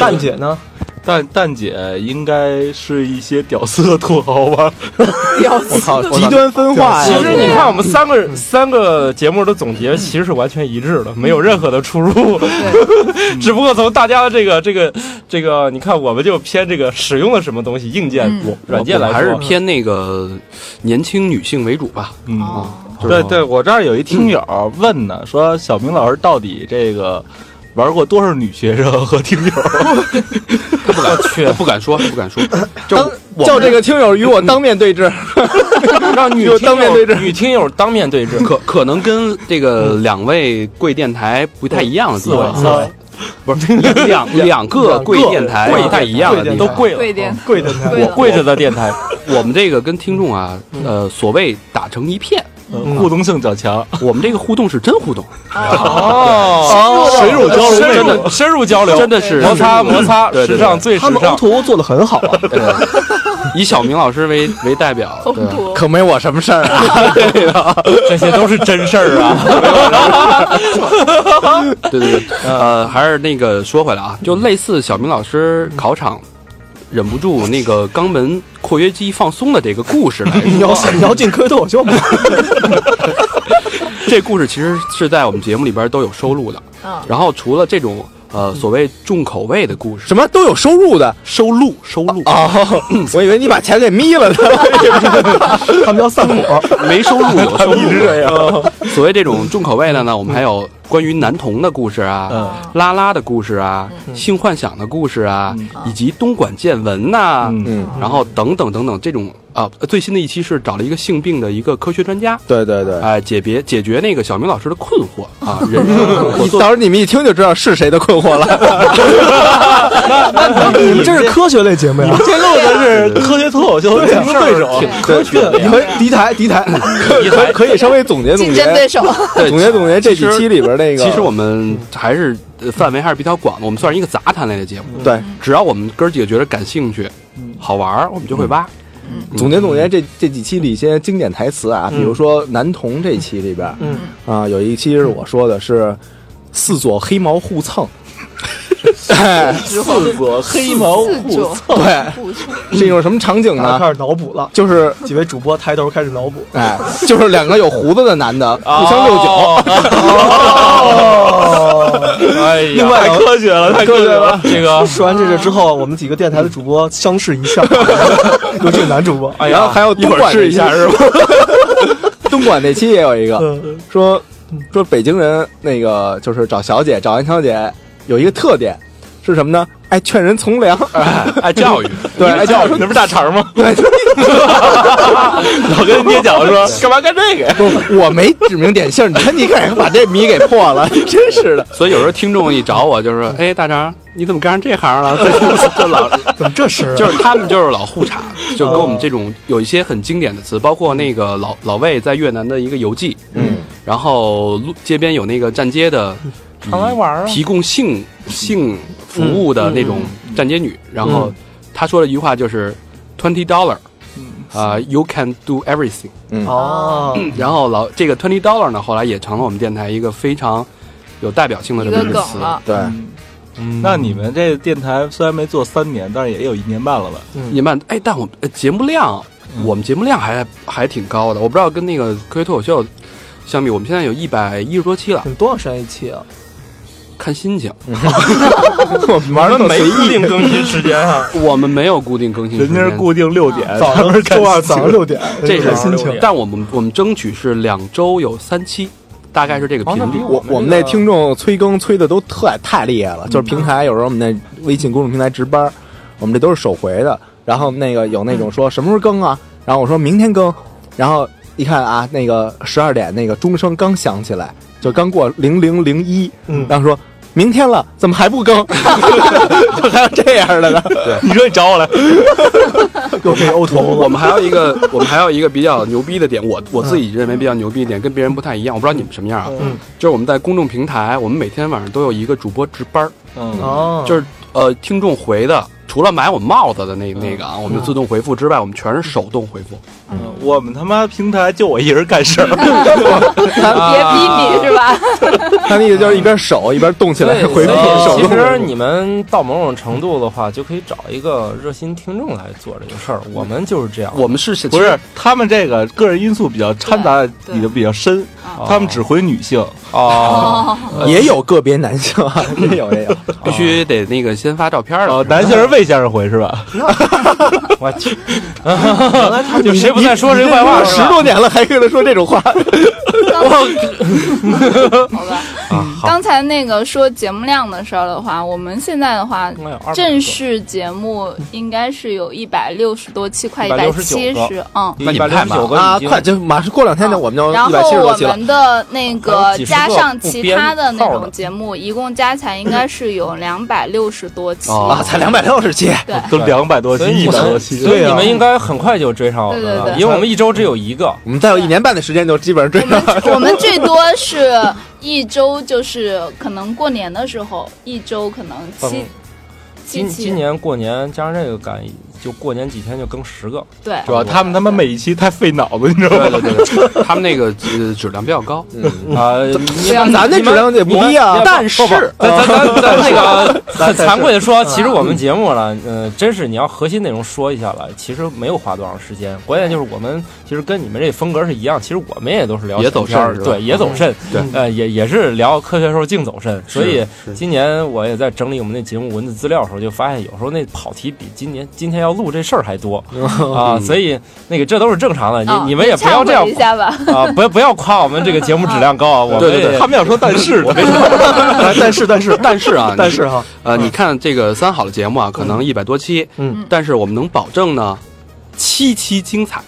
蛋姐呢？蛋蛋姐应该是一些屌丝土豪吧？我操，极端分化其实呀！你看，我们三个三个节目的总结其实是完全一致的，没有任何的出入， 只不过从大家的这个这个这个，你看我们就偏这个使用了什么东西，硬件、嗯软件来我说还是偏那个年轻女性为主吧。嗯，哦，对对，我这儿有一听友问呢，说小明老师到底这个玩过多少女学生和听友？他不敢去，他不敢说，不敢说。就叫这个听友与我当面对质，让女就听当面对友质女听友当面对质。可可能跟这个两位贵电台不太一样的地对方，不是两两个贵电台贵不太一样的地都方。贵了，贵点，贵的呢？贵 了，贵着的电台，我们这个跟听众啊，呃，所谓打成一片，嗯互动性较强，我们这个互动是真互动，哦，水乳交融那深种。入深入交流，真的是摩擦摩擦，对对对时尚最时他们 O 尚。 to O 做的很好啊，以小明老师为为代表，红对 图，可没我什么事儿啊。这些都是真事儿啊！对对对，呃，还是那个说回来啊，就类似小明老师考场忍不住那个肛门括约肌放松的这个故 事来你说要，你要进科学脱口秀吗？这故事其实是在我们节目里边都有收录的。嗯，然后除了这种呃所谓重口味的故事，什么都有收入的收录收录哦，我以为你把钱给眯了呢。 他们要散伙，没收录有收一直录。这样，所谓这种重口味的呢，我们还有关于男童的故事啊。嗯哦拉拉的故事啊，性幻想的故事啊，以及东莞见闻呐、嗯，然后等等等等这种啊，最新的一期是找了一个性病的一个科学专家，对对对。哎、解别解决那个小明老师的困惑啊，人生的困惑你到时候你们一听就知道是谁的困惑 了。你们这是科学类节目呀？这录的是科学脱口秀的竞争对手，挺科对，你们敌台敌台，可以可以稍微总结总竞争对结， 手，对总结总结这其几实期里边那个。其实我们还是呃范围还是比较广的，我们算是一个杂谈类的节目。对只要我们哥儿几个觉得感兴趣、嗯好玩儿，我们就会挖。总结总结这这几期里一些经典台词啊，比如说男童这期里边，嗯啊，有一期是我说的是四左黑毛互 蹭，哎四左黑毛四互座蹭，对，互助是一种什么场景大家呢？开始脑补了，就是几位主播抬头开始脑补， 哎，就是两个有胡子的男 的哦互相遛狗，哎呀，另外太科学了，太科学了。这个，说完这个之后，啊我们几个电台的主播相视一笑， 尤其是男主播。哎然后呀， 还有一东会儿莞试一下是吧？ 东莞那期也有一个嗯说说北京人那个就是找小姐找完小姐有一个特点是什么呢？爱劝人从良，哎，爱教育，对，爱叫教育那不是大肠吗？ 对， 老跟捏脚说干嘛干这个呀？不我没指名点姓，你看你给把这谜给破 了，真是的。所以有时候听众一找我就是 说，哎，大张，你怎么干上这行了？ 就老怎么这啊是？就是他们就是老互查，就跟我们这种有一些很经典的词，包括那个老老魏在越南的一个游记，嗯，然后路街边有那个站街的，常来玩儿啊提供性性服务的那种站街女，然嗯后她说了一句话就是 twenty dollar，啊，you can do everything。哦，嗯然后老这个 twenty dollar 呢，后来也成了我们电台一个非常有代表性的一这么个一个词梗。了，对，嗯那你们这电台虽然没做三年，但是也有一年半了吧？你们哎，但我们呃节目量，我们节目量还还挺高的。我不知道跟那个科学脱口秀相比，我们现在有一百一十多期了你，们多长时间一期啊？看心情。我们玩的没固定更新时间啊，我们没有固定更新时人间，家是固定六点，早咱们上是周二看早上六点，这是看心情。但我们我们争取是两周有三期，大概是这个频率。我我们那听众催更催的都太太厉害了，就是嗯平台有时候我们那微信公众平台值班，我们这都是手回的。然后那个有那种说什么时候更啊，然后我说明天更，然后一看啊，那个十二点那个钟声刚响起来，就刚过零零零一，嗯然后说明天了，怎么还不更？ 就还有这样的呢？你说你找我来，又可以 O to 我们还有一个， 我们还有一个比较牛逼的点，我我自己认为比较牛逼的点，跟别人不太一样。我不知道你们什么样啊，嗯就是我们在公众平台，我们每天晚上都有一个主播值班儿，嗯，哦，就是呃，听众回的。除了买我帽子的那嗯那个啊，我们就自动回复之外，我们全是手动回复。嗯我们他妈平台就我一人干事儿，别逼你是吧？ 他那个就是一边手一边动起来对，回复手所以动其实你们到某种程度的话，就可以找一个热心听众来做这个事儿。我们就是这样，嗯我们是其实不是他们这个个人因素比较掺杂，比较比较深，他们只回女性，哦，也有个别男性啊， 也有也有，必须得那个先发照片然后哦了。呃男性是魏先生回是吧？我去，就谁不再说谁坏话是十吧？多年了还跟他说这种话， 啊好吧，刚才那个说节目量的事儿的话，我们现在的话，应该有200正式节目应该是有一百六十多期，快一百七169十，嗯。一百六十九个啊，已经快就马上过两天呢，我们就啊然一后百七十多我期了。们的那还个有几十个加上不其编他的那号的种节目，一共加起来应该是有两百六十多期。哦啊，才两百六十期，对，都两百多期，所以一你百多们，期，所以你们应该很快就追上我们对对了，对因为我们一周只有一个。 我们再有一年半的时间就基本上追上了。 我们最多是一周，就是可能过年的时候，一周可能七嗯七今今期，年过年加上这个赶，就过年几天就更十 个。对，主要他们他妈每一期太费脑子，你知道对吗？对对，对他们那个呃质量比较高。啊，咱这质量也不低啊，但 是嗯咱咱咱咱那个很惭愧的说，其实我们节目呢，呃，真是你要核心内容说一下来，其实没有花多长时间。关键就是我们其实跟你们这风格是一样，其实我们也都是聊也走闲天肾儿是吧嗯对，也走肾，对呃，也也是聊科学时候净走肾。所以是今年我也在整理我们那节目文字资料的时候，就发现有时候那跑题比今年今天要录这事儿还多哦啊，所以那个这都是正常的，啊你你们也不要这忏样悔一下吧。啊，不要不要夸我们这个节目质 量高啊，我们对对也对他们要说但是 呢，但是 但是 但是 啊，但是哈，呃，你看这个三好的节目啊，可能一百多期，嗯，但是我们能保证呢，七期精彩，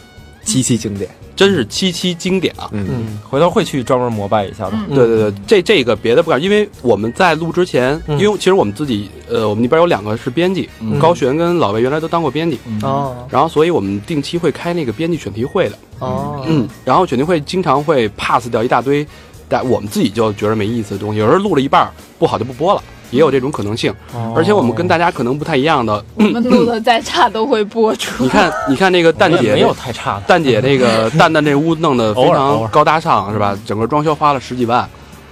极其经典，真是七期经典啊！嗯，嗯，回头会去专门膜拜一下的。嗯对对对，这这个别的不敢，因为我们在录之前，嗯因为其实我们自己，呃，我们那边有两个是编辑，嗯高璇跟老魏原来都当过编辑，哦然后所以我们定期会开那个编辑选题会的，哦，嗯，然后选题会经常会 pass 掉一大堆，但我们自己就觉得没意思的东西，有时候录了一半儿不好就不播了，也有这种可能性。嗯哦而且我们跟大家可能不太一样的，我们录的再差都会播 出。你看，你看那个蛋我也姐没有那，太差的，蛋姐那个蛋蛋这屋弄得非偶尔偶常尔高大上，是吧？整个装修花了十几万。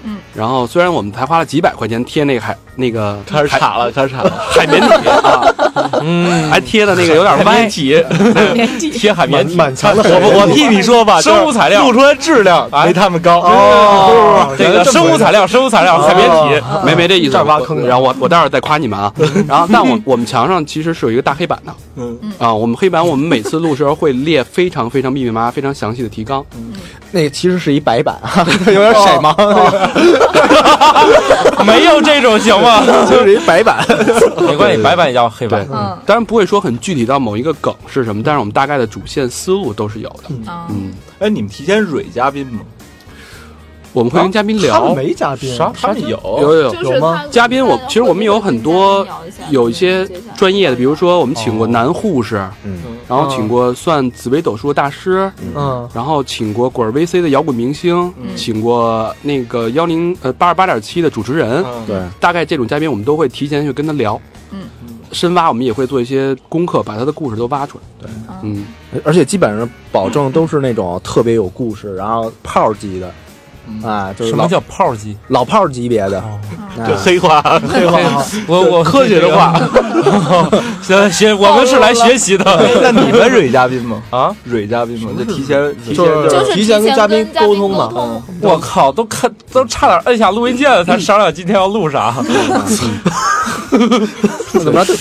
嗯，然后虽然我们才花了几百块钱贴那个海那个开始岔了，开始岔了， 海绵体啊，嗯，还贴的那个有点歪，体，贴海绵满体，满墙的我我替你说吧， 生物材料就是录出来质量没他们高。哦啊这个生物材料，生物材料，海绵体，没没这意思。这儿挖坑我然后我我待会儿再夸你们啊。然后，但 我我们墙上其实是有一个大黑板的，嗯啊，我们黑板我们每次录时候会列非常非常密密麻麻、非常详细的提纲。那个其实是一白板，啊 有点色盲，没有这种行吗？哦就是一白 板。没关系，白板也叫黑对板，，嗯当然不会说很具体到某一个梗是什么，但是我们大概的主线思路都是有的。啊，嗯，哎，你们提前蕊嘉宾吗？我们会跟嘉宾他们聊，没嘉宾，他们有哦有有有。就是他嘉宾我其实我们有很多有一嗯些专业的，比如，说我们请过男护士，嗯，然后请过算紫微斗数的大师，嗯，然后请过果儿 VC 的摇滚明星，请过那个幺零呃八二八点七的主持人，嗯，对，大概这种嘉宾我们都会提前去跟他聊，嗯，深挖我们也会做一些功课，把他的故事都挖出来，对，嗯，而且基本上保证都是那种特别有故事，然后炮级的，啊，就是什么老叫泡机？老炮级别的，啊这黑话，黑话。我我科学的 话，学学，我们是来学习的 那你们蕊嘉宾吗？啊！蕊嘉宾吗？就提前提前就是就是提前跟嘉宾沟通嘛嗯嘛。 我靠，都看都差点摁下录音键了，才商量今天要录啥。怎么着？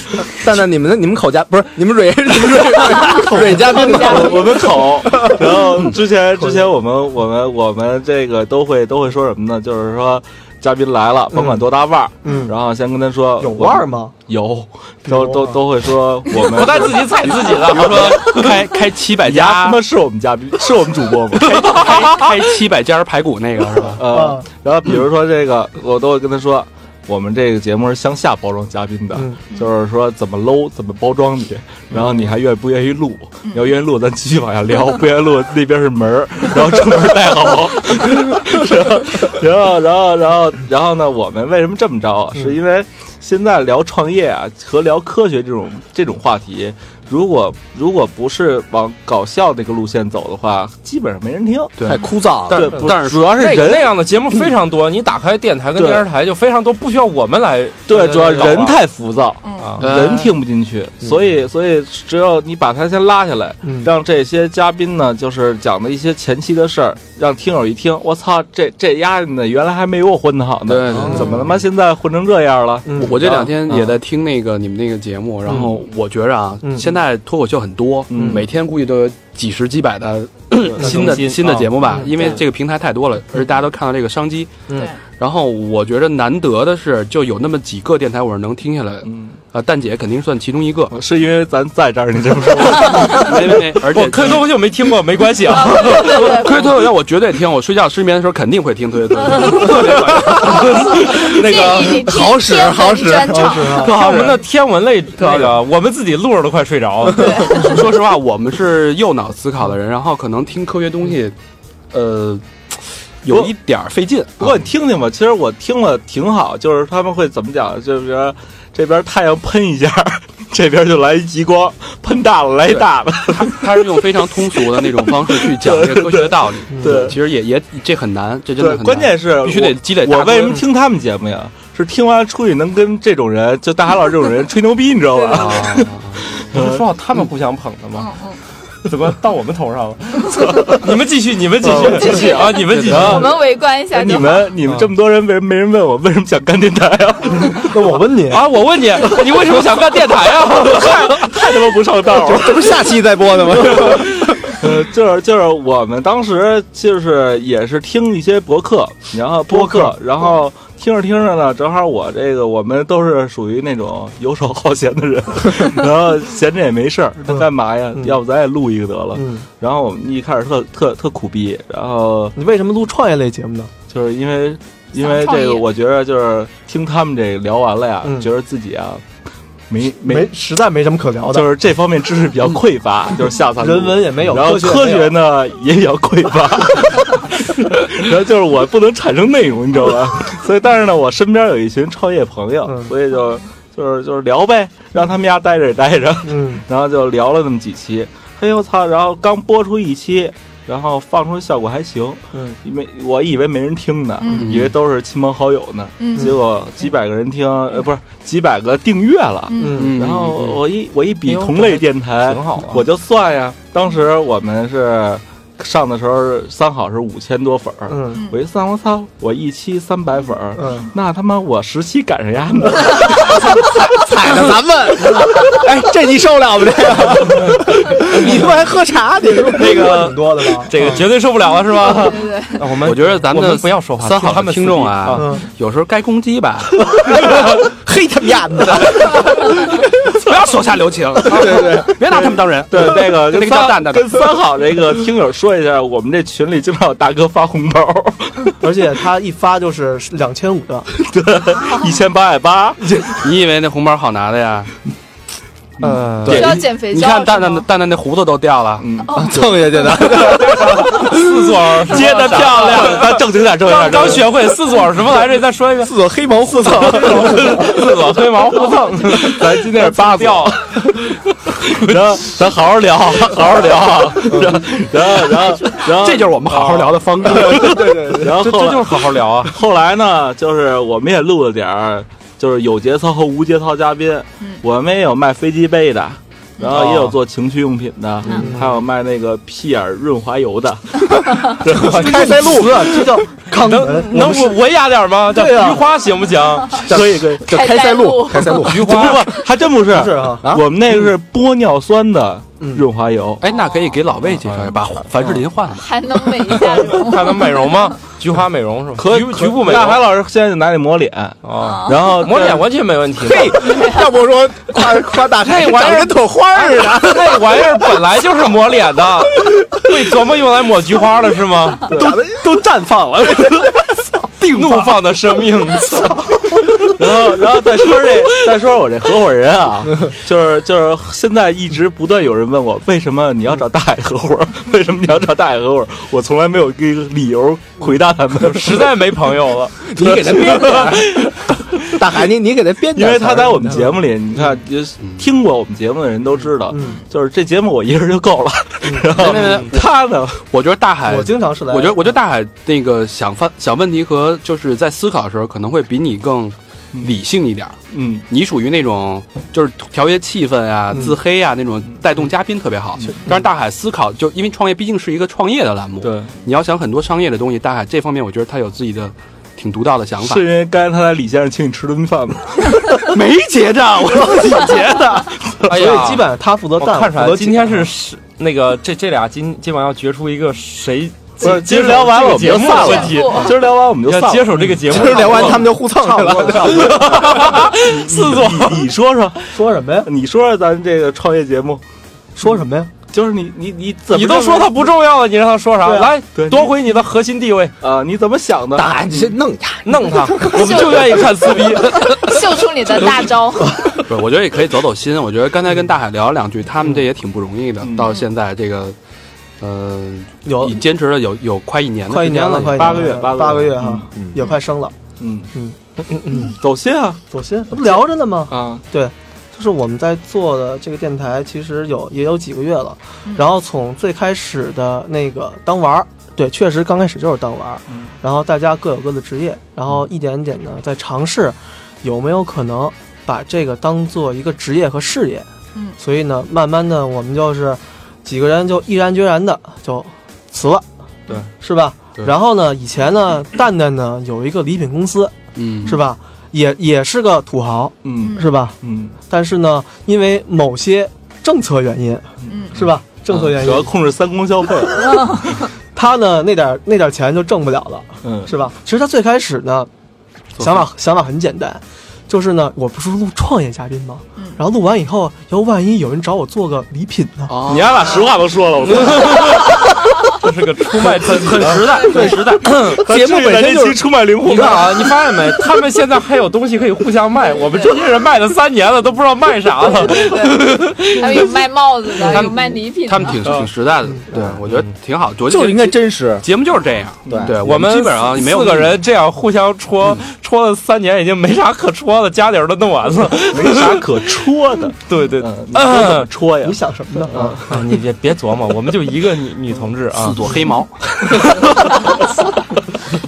蛋蛋，你们的你们口嘉不是你们蕊你们 蕊蕊嘉宾吗？我们口，然后之前之前我们我们我们这个都会都会说什么呢？就是说嘉宾来了，甭管多大腕儿，嗯然后先跟他说有腕儿？吗？有，都都都会说我 们不带自己踩自己的，比如说开开七百牙他家妈是我们嘉宾，是我们主播吗？开开七百家排骨那个是吧？呃，然后比如说这个，我都会跟他说。我们这个节目是向下包装嘉宾的，就是说怎么搂，怎么包装你，然后你还愿不愿意录？你要愿意录，咱继续往下聊；不愿意录，那边是门儿，然后出门儿带好。 然后，然后，然后，然后，然后呢？我们为什么这么着啊？是因为现在聊创业啊和聊科学这种这种话题，如果如果不是往搞笑那个路线走的话，基本上没人听。对太枯燥了。但对，是不但是主要是 这人那样的节目非常多，你打开电台跟对电视台就非常多，不需要我们来对，主要搞啊人太浮躁，啊，嗯人听不进去，所以所以只有你把它先拉下来，嗯让这些嘉宾呢，就是讲的一些前期的事儿，让听友一听，我操，这这丫呢，原来还没我混的好呢，嗯对对怎么他妈现在混成这样了？嗯我这两天也在听那个你们那个节目，然后我觉着啊，嗯现在脱口秀很多，嗯每天估计都有几十几百的 新的更新新的节目吧，嗯因为对这个平台太多了，而且大家都看到这个商机。对，然后我觉着难得的是，就有那么几个电台我是能听下来的，嗯，呃，蛋姐肯定算其中一个，是因为咱在这儿，你这么说，没没没，而且我科学 脱口秀没听过，没关系啊。推脱口秀我绝对听，我睡觉失眠的时候肯定会听推脱 口秀。那个建议你听好使天文好使专场好使啊像我们的天文类那个，我们自己录着都快睡着了。说实话，我们是右脑思考的人，然后可能听科学东西，呃，有一点儿费劲。啊不过你听听吧，其实我听了挺好，就是他们会怎么讲，就是说这边太阳喷一下， 这边就来一极光，喷大了来一大的，他是用非常通俗的那种方式去讲这个科学的道理。嗯对其实也也这很难，这真的对很，难。关键是必须得积累大我哥。为什么听他们节目呀？是听完出去能跟这种人，就大海老师这种人吹牛逼，你知道吧？啊？不是说好他们互相捧的吗？嗯嗯，怎么到我们头 上了？你们继续，你们继续，继续啊！你们继续。我们围观一下就啊你好。们你们这么多人，为什么没人问我为什么想干电台啊？那我问你，啊！我问你，你为什么想干电台啊？太他妈不上 道了。这不是下期再播的吗？呃，就是就是我们当时就是也是听一些博客，然后播客，然后听着听着呢，正好我这个我们都是属于那种游手好闲的人，然后闲着也没事儿，那干嘛呀？嗯要不咱也录一个得了。嗯，然后我们一开始特特特苦逼，然后你为什么录创业类节目呢？就是因为因为创这业个，我觉得就是听他们这个聊完了呀，嗯觉得自己啊没没，实在没什么可聊的，就是这方面知识比较匮 乏，就是下三人文也没有，然后科科学也没有呢也比较匮 乏，然后就是我不能产生内容，你知道吧？ 所以但是呢，我身边有一群创业朋友，嗯所以就就是就是聊呗，让他们家待着也待着，嗯，然后就聊了那么几期。嘿呦我操！然后刚播出一期，然后放出效果还行，嗯，没我以为没人听呢，嗯以为都是亲朋好友呢，嗯结果几百个人听，呃，不是几百个订阅了。嗯嗯然后我一我一比哎呦同类电台，挺好啊我就算呀，当时我们是上的时候，三好是五千多粉儿，嗯我一算，我操，我一期三百粉儿，嗯，那他妈我十期赶上丫呢，踩着咱们，哎，这你受了不了？你他妈还喝茶？你说那个挺多的吧？这个绝对受不了了，是吧？对对对，我们我觉得咱们我们不要说话，三好听他的们听众啊，嗯，有时候该攻击 吧，嘿他妈的！ 不要手下留情，对对，别拿他们当人。对，那个 那跟个叫三蛋蛋的跟三好这个听友说一下，我们这群里经常有大哥发 红包，而且他一发就是两千五的，一千八百八，你以为那红包好拿的呀？嗯，需对要减肥你胶是吗。看蛋蛋的蛋蛋那胡子都掉了，哦蹭下去的。四所儿接的漂 亮，咱正经点，正经刚点，刚正经点学会四所什么来着？再说一遍，四朵黑毛胡子，四所黑毛胡蹭。咱今天是八票，然后咱好好聊，好好聊啊，然后然后然后然后 这就是我们好好聊的方式。然后这这后就是来好好聊啊！后来呢，就是我们也录了点儿，就是有节操和无节操嘉宾，嗯我们也有卖飞机杯的。然后也有做情趣用品的，嗯还有卖那个屁眼儿润滑油的，开塞露，这叫肛门，能不文雅点吗？这对啊菊花行不行？可以可以。叫开塞露，开塞露。菊不花不，还真不是，是啊，啊我们那个是玻尿酸的润滑油。哎，那可以给老魏介绍，把凡士林换了。还能美一下容看能美容吗？菊花美容是吗？可局局部美大海容老师现在就拿你抹脸，啊， 然后 抹脸完全没问题。嘿，要不说夸夸大海那玩意长儿跟朵花似的。那玩意儿本来就是抹脸的，会琢磨用来抹菊花的是吗？ 都都绽放了， 怒放的生命，然后，然后再说这，再说我这合伙人 啊，就是就是现在一直不断有人问我，为什么你要找大海合伙？为什么你要找大海合伙？我从来没有一个理由回答他们， 实在没朋友了。 你给他编点儿， 大海，你你给他 编因点儿为词儿，他在我们节目嗯里，你看，就是听过我们节目的人都知道，嗯就是这节目我一个人就够了。嗯 然后他呢，我觉得大海我，经常是来，我觉得我觉得大海那个想发想问题和就是在思考的时候，可能会比你更理性一点儿。嗯，你属于那种就是调节气氛啊、嗯自黑啊那种带动嘉宾特别好。但是大海思考，就因为创业毕竟是一个创业的栏目，对，你要想很多商业的东西，大海这方面我觉得他有自己的挺独到的想法是。因为刚才他在李先生请你吃顿饭吗？没结账，我自己结的。哎所呀，以基本上他负责我蛋，看出来我负责今天是是那个这这俩今今晚要决出一个谁不是，今接儿聊完我们就节目散了的问题，今儿聊完我们就散要了。接手这个节目今，儿聊完他们就互蹭去了。 四座，你你说说，说什么呀？你说说咱这个创业节目，说什么呀？就是你你你怎么你都说他不重要了，你让他说啥？对啊来对，夺回你的核心地位，啊？你怎么想的？大海，你去弄他，弄他，我们就愿意看撕逼。秀出你的大招。不是，我觉得也可以走走心。我觉得刚才跟大海聊了两句，他们这也挺不容易的，嗯到现在这个，呃，有已坚持了有有快一年的快一时间年了，了，快一年八了个月八个月八个月哈，嗯也快生了。嗯嗯嗯，走心啊走心，不聊着呢吗？啊！就是我们在做的这个电台，其实有也有几个月了嗯。然后从最开始的那个当玩儿，对，确实刚开始就是当玩儿嗯。然后大家各有各的职业，然后一点一点的在尝试，有没有可能把这个当做一个职业和事业？嗯所以呢，慢慢的我们就是几个人就毅然决然的就辞了，对，是吧？对然后呢，以前呢，蛋蛋呢有一个礼品公司，嗯，是吧？也也是个土豪，嗯是吧？嗯，但是呢，因为某些政策原因，嗯，是吧？政策原主要因，控制三公消 费。他呢那点那点钱就挣不了了，嗯是吧？其实他最开始呢，做想法想法很简单，就是呢，我不是录创业嘉宾吗？嗯然后录完以后，要万一有人找我做个礼品呢？啊哦你，丫把实话都说了，我说这是个出卖自己的。实在，很实在。节目本这身就期是出卖灵魂你看啊，你发现没？他们现在还有东西可以互相卖，我们这些人卖了三年了，都不知道卖啥了。还有卖帽子他的，们有卖礼品的。他们挺挺实在的，对我觉得挺好。就就是应该真实。节目就是这样，对对我们哎基本上没有嗯四个人这样互相戳，戳了三年，已经没啥可戳的，家底儿都弄完了。没啥可戳的， 对对，嗯，你说怎么嗯，戳呀你？想什么呢？啊，哎你别别琢磨，我们就一个女女同志四啊。朵黑毛，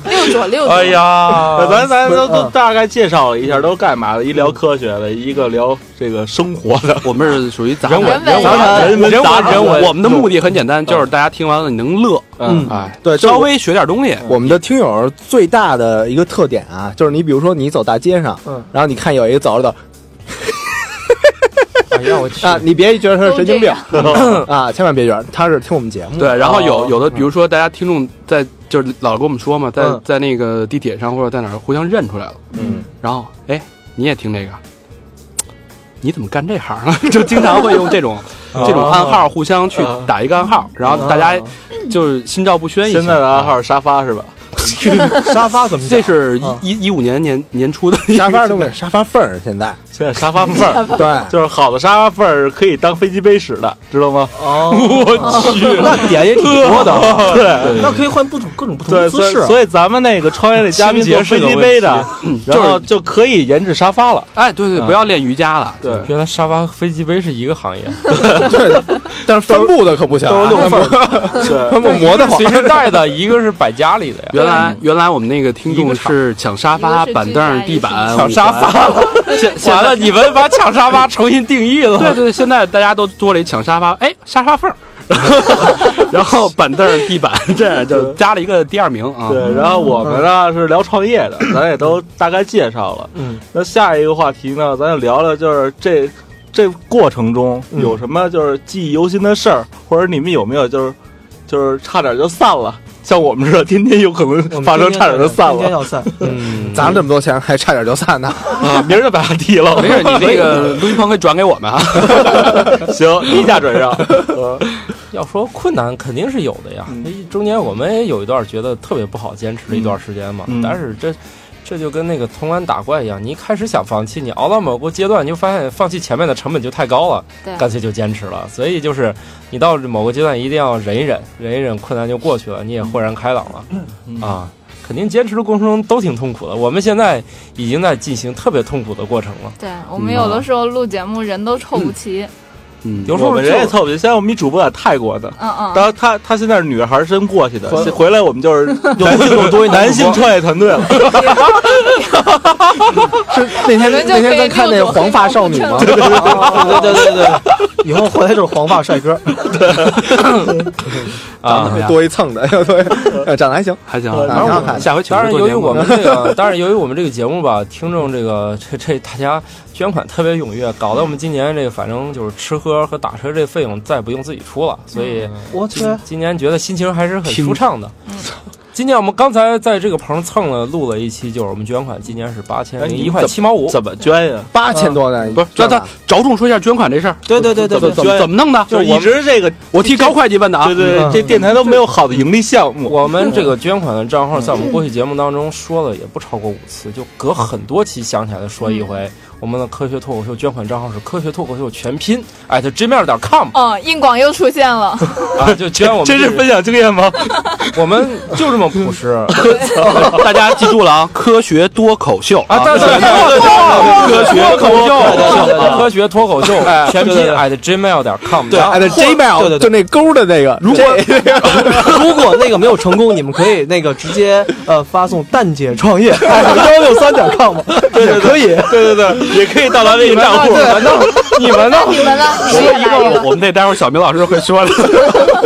六左六左。哎呀，咱咱都嗯不是都大概介绍了一下，都干嘛的？一聊科学的，一个聊这个生活的，我们是属于杂人文谈人文杂谈人文人文杂谈人文我们的目的很简单，就是大家听完了你能乐，嗯哎，对就是稍微学点东西。我们的听友最大的一个特点啊，就是你比如说你走大街上，嗯然后你看有一个走着走哎呀，我去 啊，你别觉得他是神经病都这 啊，千万别觉得他是听我们 节目。对，然后有哦有的，比如说大家听众在就是老跟我们说嘛，在嗯在那个地铁上或者在哪儿互相认出来了，嗯，然后哎，你也听这个，你怎么干这行了？就经常会用这种这种暗号互相去打一个暗号，然后大家就是心照不宣一下。现在啊的暗号是沙发是吧？ 沙发怎 么讲这是啊一一一五年年年初的沙发都没有沙发缝儿，现在现在 沙发缝儿，对。就是好的沙发缝儿可以当飞机杯使的，知道吗？哦，我去，那点也挺多的啊， 对那可以换不同各种不同对，的姿所以势啊。所以咱们那个创业的嘉宾清洁做飞是个机问杯题的，然后就可以研制沙发了。哎，对对，嗯不要练瑜伽了。对，原来沙发和飞机杯是一个行业，但是帆布的可不行、啊，帆布磨得随慌。身带的，一个是摆家里的呀。原来原来我们那个听一众个厂是抢沙一发、个是板居凳、家地板、抢沙发了， 现现完了，在你们把抢沙 发重新定义了。对对，现在大家都多了一抢沙发，哎，沙发缝儿， 然后板凳、地 板，这就加了一个第二名啊。对，然后我们呢是聊创业的，咱也都大概介绍了。嗯，那下一个话题呢，咱就聊聊就是这这过程中嗯有什么就是记忆犹新的事儿，或者你们有没有就是就是差点就散了，像我们似的，天天有可我能们发生天天差点就散天天了，要散，嗯咱们这么多钱，还差点就散呢。啊，明儿就把它踢 了。没事，你这个录音棚可以转给我们啊。 行，低价转啊让。呃要说困难肯定是有的呀，嗯那中间我们也有一段觉得特别不好坚持的一段时间嘛，嗯但是这这就跟那个潼关打怪一样，你一开始想放弃，你熬到某个阶段，你就发现放弃前面的成本就太高了，对干脆就坚持了。所以就是你到某个阶段一定要忍一忍，忍一忍，困难就过去了，你也豁然开朗了、嗯啊。肯定坚持的过程中都挺痛苦的，我们现在已经在进行特别痛苦的过程了。对我们有的时候录节目人都凑不齐，嗯，有时我候们就人也凑不齐。现在我们一主播在泰国的，嗯嗯，然后他他现在是女孩身过去的回，回来我们 就是男性多一点男性创业团队了。是那天人就那天可以咱看那六嗯个种黄发少 女吗？对对对对对，以后回来就是黄发帅哥，啊，多一蹭的， 对，呃长得还行。还行呃啊，然后我下回请当然，多做由于节目我们这个， 当然由于我们这个节目吧，听众这个 这这大家捐款特别踊跃，搞得我们今年这个反正就是吃喝和打车这费用再不用自己出了，所嗯以我去今，今年觉得心情还是很舒畅的。今年我们刚才在这个棚蹭了录了一期，就是我们捐款，今年是八千零一块七毛五。哎嗯怎么捐呀？八千多呢，不是，那他着重说一下捐款这事儿，对对对对怎对么怎么怎么弄的？就是一直这个，我替高会计问的啊对，对嗯对，这电台都没有好的盈利项目。我们这个捐款的账号，在我们过去节目当中说了也不超过五次，就隔很多期想起来说一嗯回。我们的科学脱口秀捐款账号是科学脱口秀全拼艾特 gmail.com 哦，硬广又出现了，啊，就捐我们这是分享经验吗？我们就这么朴实啊！大家记住了 啊，科学多口秀啊，但是科学脱口秀对对对，科学脱口秀哎全拼对对对 at gmail 点 com。对然后哎，对对 Gmail 对对就那勾的那个，如果如果那个没有成功，你们可以那个直接呃发送蛋姐创业哎幺六三点 com，也可以。对对 对，也可以到达微信账户。你们呢？你们呢？你们呢？我你们也一来一会儿个，我们那待会儿小明老师会说的。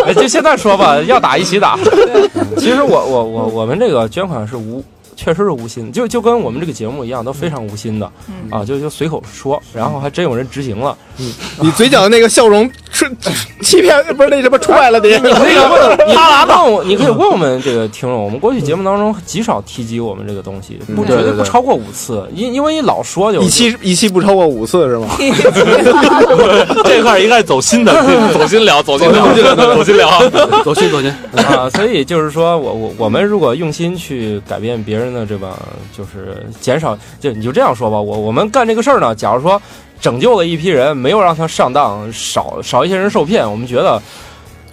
哎就现在说吧，要打一起打。其实我我我我们这个捐款是无，确实是无心，就就跟我们这个节目一样，都非常无心的嗯啊，就就随口说，然后还真有人执行了。你嘴角的那个笑容出欺骗，不是那什么出来了，你你那个问，你问我，你可以问我们这个听众，我们过去节目当中极少提及我们这个东西，不嗯绝对对对对不超过五次，因因为你老说 就一期一期不超过五次是吗？这块儿应该是走心的，走心聊，走心聊，走心聊。走心走心， 啊，所以就是说我我我们如果用心去改变别人的这个，就是减少，就你就这样说吧，我我们干这个事儿呢，假如说拯救了一批人，没有让他上当，少少一些人受骗，我们觉得。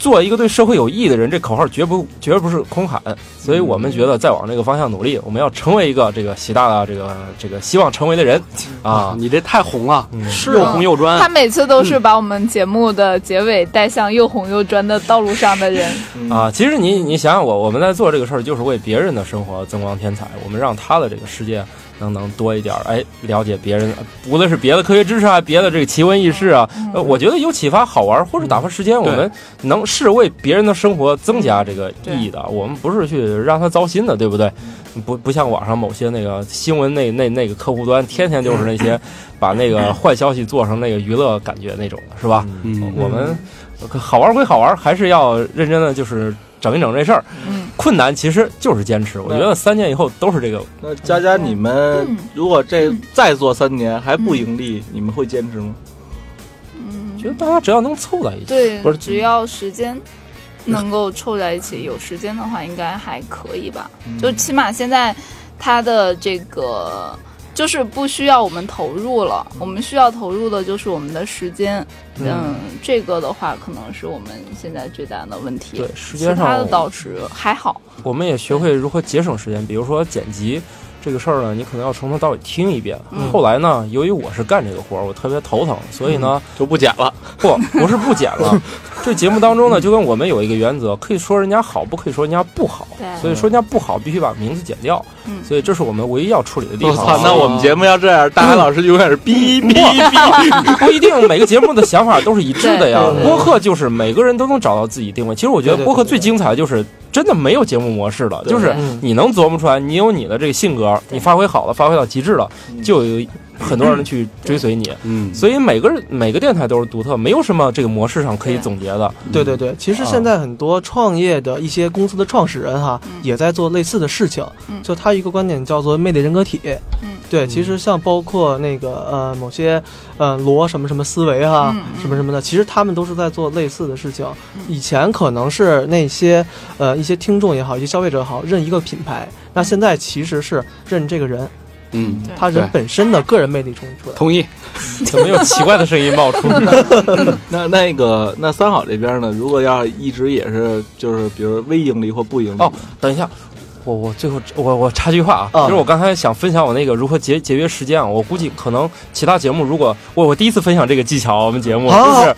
做一个对社会有意义的人，这口号绝不绝不是空喊，所以我们觉得再往这个方向努力，我们要成为一个这个习大大这个这个希望成为的人啊！ 你这太红了，嗯嗯是又红又专他。每次都是把我们节目的结尾带向又红又专的道路上的人，啊，其实你你想想我，我们在做这个事儿，就是为别人的生活增光添彩，我们让他的这个世界能能多一点儿，哎，了解别人，无论是别的科学知识啊，别的这个奇闻异事啊，呃，我觉得有启发、好玩或者打发时间，我嗯对们能是为别人的生活增加这个意义的，啊我们不是去让他糟心的，对不对？不不像网上某些那个新闻那那那个客户端，天天就是 那些把那个坏消息做成那个娱乐感觉那种的，是吧？嗯，我们好玩归好玩，还是要认真的，就是整一整这事儿。嗯，困难其实就是坚持，我觉得三年以后都是这个。 那佳佳，你们如果这再做三年还不盈利，你们会坚持吗？嗯觉，得大家只要能凑在一起，对不是，只要时间能够凑在一起，有时间的话应该还可以吧。嗯就起码现在它的这个就是不需要我们投入了，我们需要投入的就是我们的时间。嗯，这个的话可能是我们现在最大的问题。对其时间他的上倒是还好。我们也学会如何节省时间，比如说剪辑。这个事儿呢，你可能要从头到尾听一遍。嗯后来呢，由于我是干这个活儿，我特别头疼，所以呢，嗯就不剪了。不不是不剪 了。这节目当中呢，就跟我们有一个原则，可以说人家好，不可以说人家不好。对所以说人家不好，必须把名字剪掉。嗯所以这是我们唯一要处理的地我方。操！那我们节目要这样，大海老师永远是逼逼逼。 不一定每个节目的想法都是一致的呀对对。对播客就是每个人都能找到自己定位。其实我觉对得对播客最精彩的就是真的没有节目模式了，对就是嗯你能琢磨出来，你有你的这个性格，你发挥好了，发挥到极致了，嗯就有很多人去追随你。嗯，所以每个人每个电台都是独特，没有什么这个模式上可以对总结的。嗯对对对，其实现在很多创业的一些公司的创始人哈，嗯也在做类似的事情。嗯就他一个观点叫做“魅力人格体”。嗯，对，其实像包括那个呃某些呃罗什么什么思维哈、嗯嗯什么什么的，其实他们都是在做类似的事情嗯。以前可能是那些呃一些听众也好，一些消费者也好，认一个品牌，那现在其实是认这个人，嗯，嗯对他人本身的个人魅力冲出来。同意。怎么有奇怪的声音冒出？ 那那个那三好这边呢？如果要一直也是就是比如微盈利或不盈利，哦等一下，我我最后我我插句话啊，嗯其实我刚才想分享我那个如何节节约时间啊，我估计可能其他节目如果我我第一次分享这个技巧啊，我们节目好就是。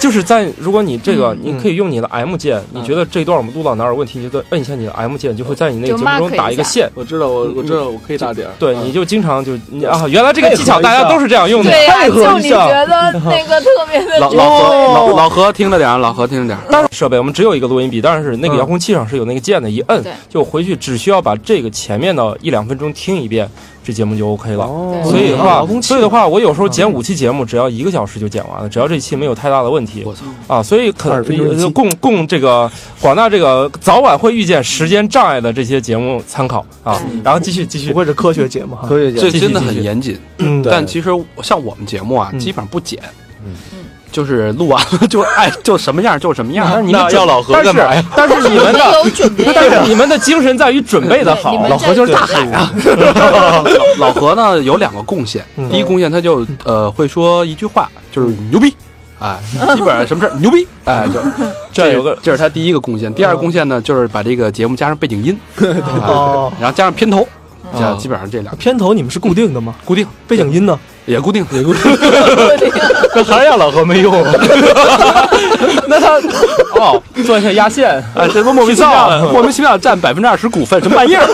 就是在如果你这个，你可以用你的 M 键，嗯你觉得这段我们录到哪儿有问题，你就摁一下你的 M 键，就会在你那个就节目 mark 中打一个一下线。我知道我我知道我可以打点儿，对，嗯你就经常就你啊，原来这个技巧配合一大下家都是这样用的。对呀、配合就一你下觉得那个特别的老重要老何老老何听着点儿，老何听着点儿。当然设备我们只有一个录音笔，但是那个嗯遥控器上是有那个键的，一摁对就回去，只需要把这个前面的一两分钟听一遍，这节目就 OK 了。哦所以的遥话，控器所以的话，我有时候剪嗯五期节目，只要一个小时就剪完了，只要这期没有太大的问题我操，啊，所以可20分钟一期呃供供这个广大这个早晚会遇见时间障碍的这些节目参考啊。然后继续继续不，会是科学节目哈，科学这界继续真的继续很严谨，嗯，但其实像我们节目啊，嗯基本上不剪，嗯就是录完了就爱就什么样就什么样。但啊是你那们要啊准老何但干嘛 是但是你们的，有准备，但是你们的精神在于准备的好对你。们老何就是大海啊， 老何呢有两个贡献，嗯第一贡献他就呃会说一句话，就是牛逼，哎，基本上什么事儿牛逼，哎， 就这有个这是他第一个贡献。第二个贡献呢，就是把这个节目加上背景音，哦哎然后加上片头，嗯哦这样基本上这两个啊片头你们是固定的吗？固定，背景音呢？也固定， 也固定。那还是让老何 没用，那他哦，做一下压线，哎，这不莫名其妙的，莫名其妙占百分之二十股份，什么玩 意儿？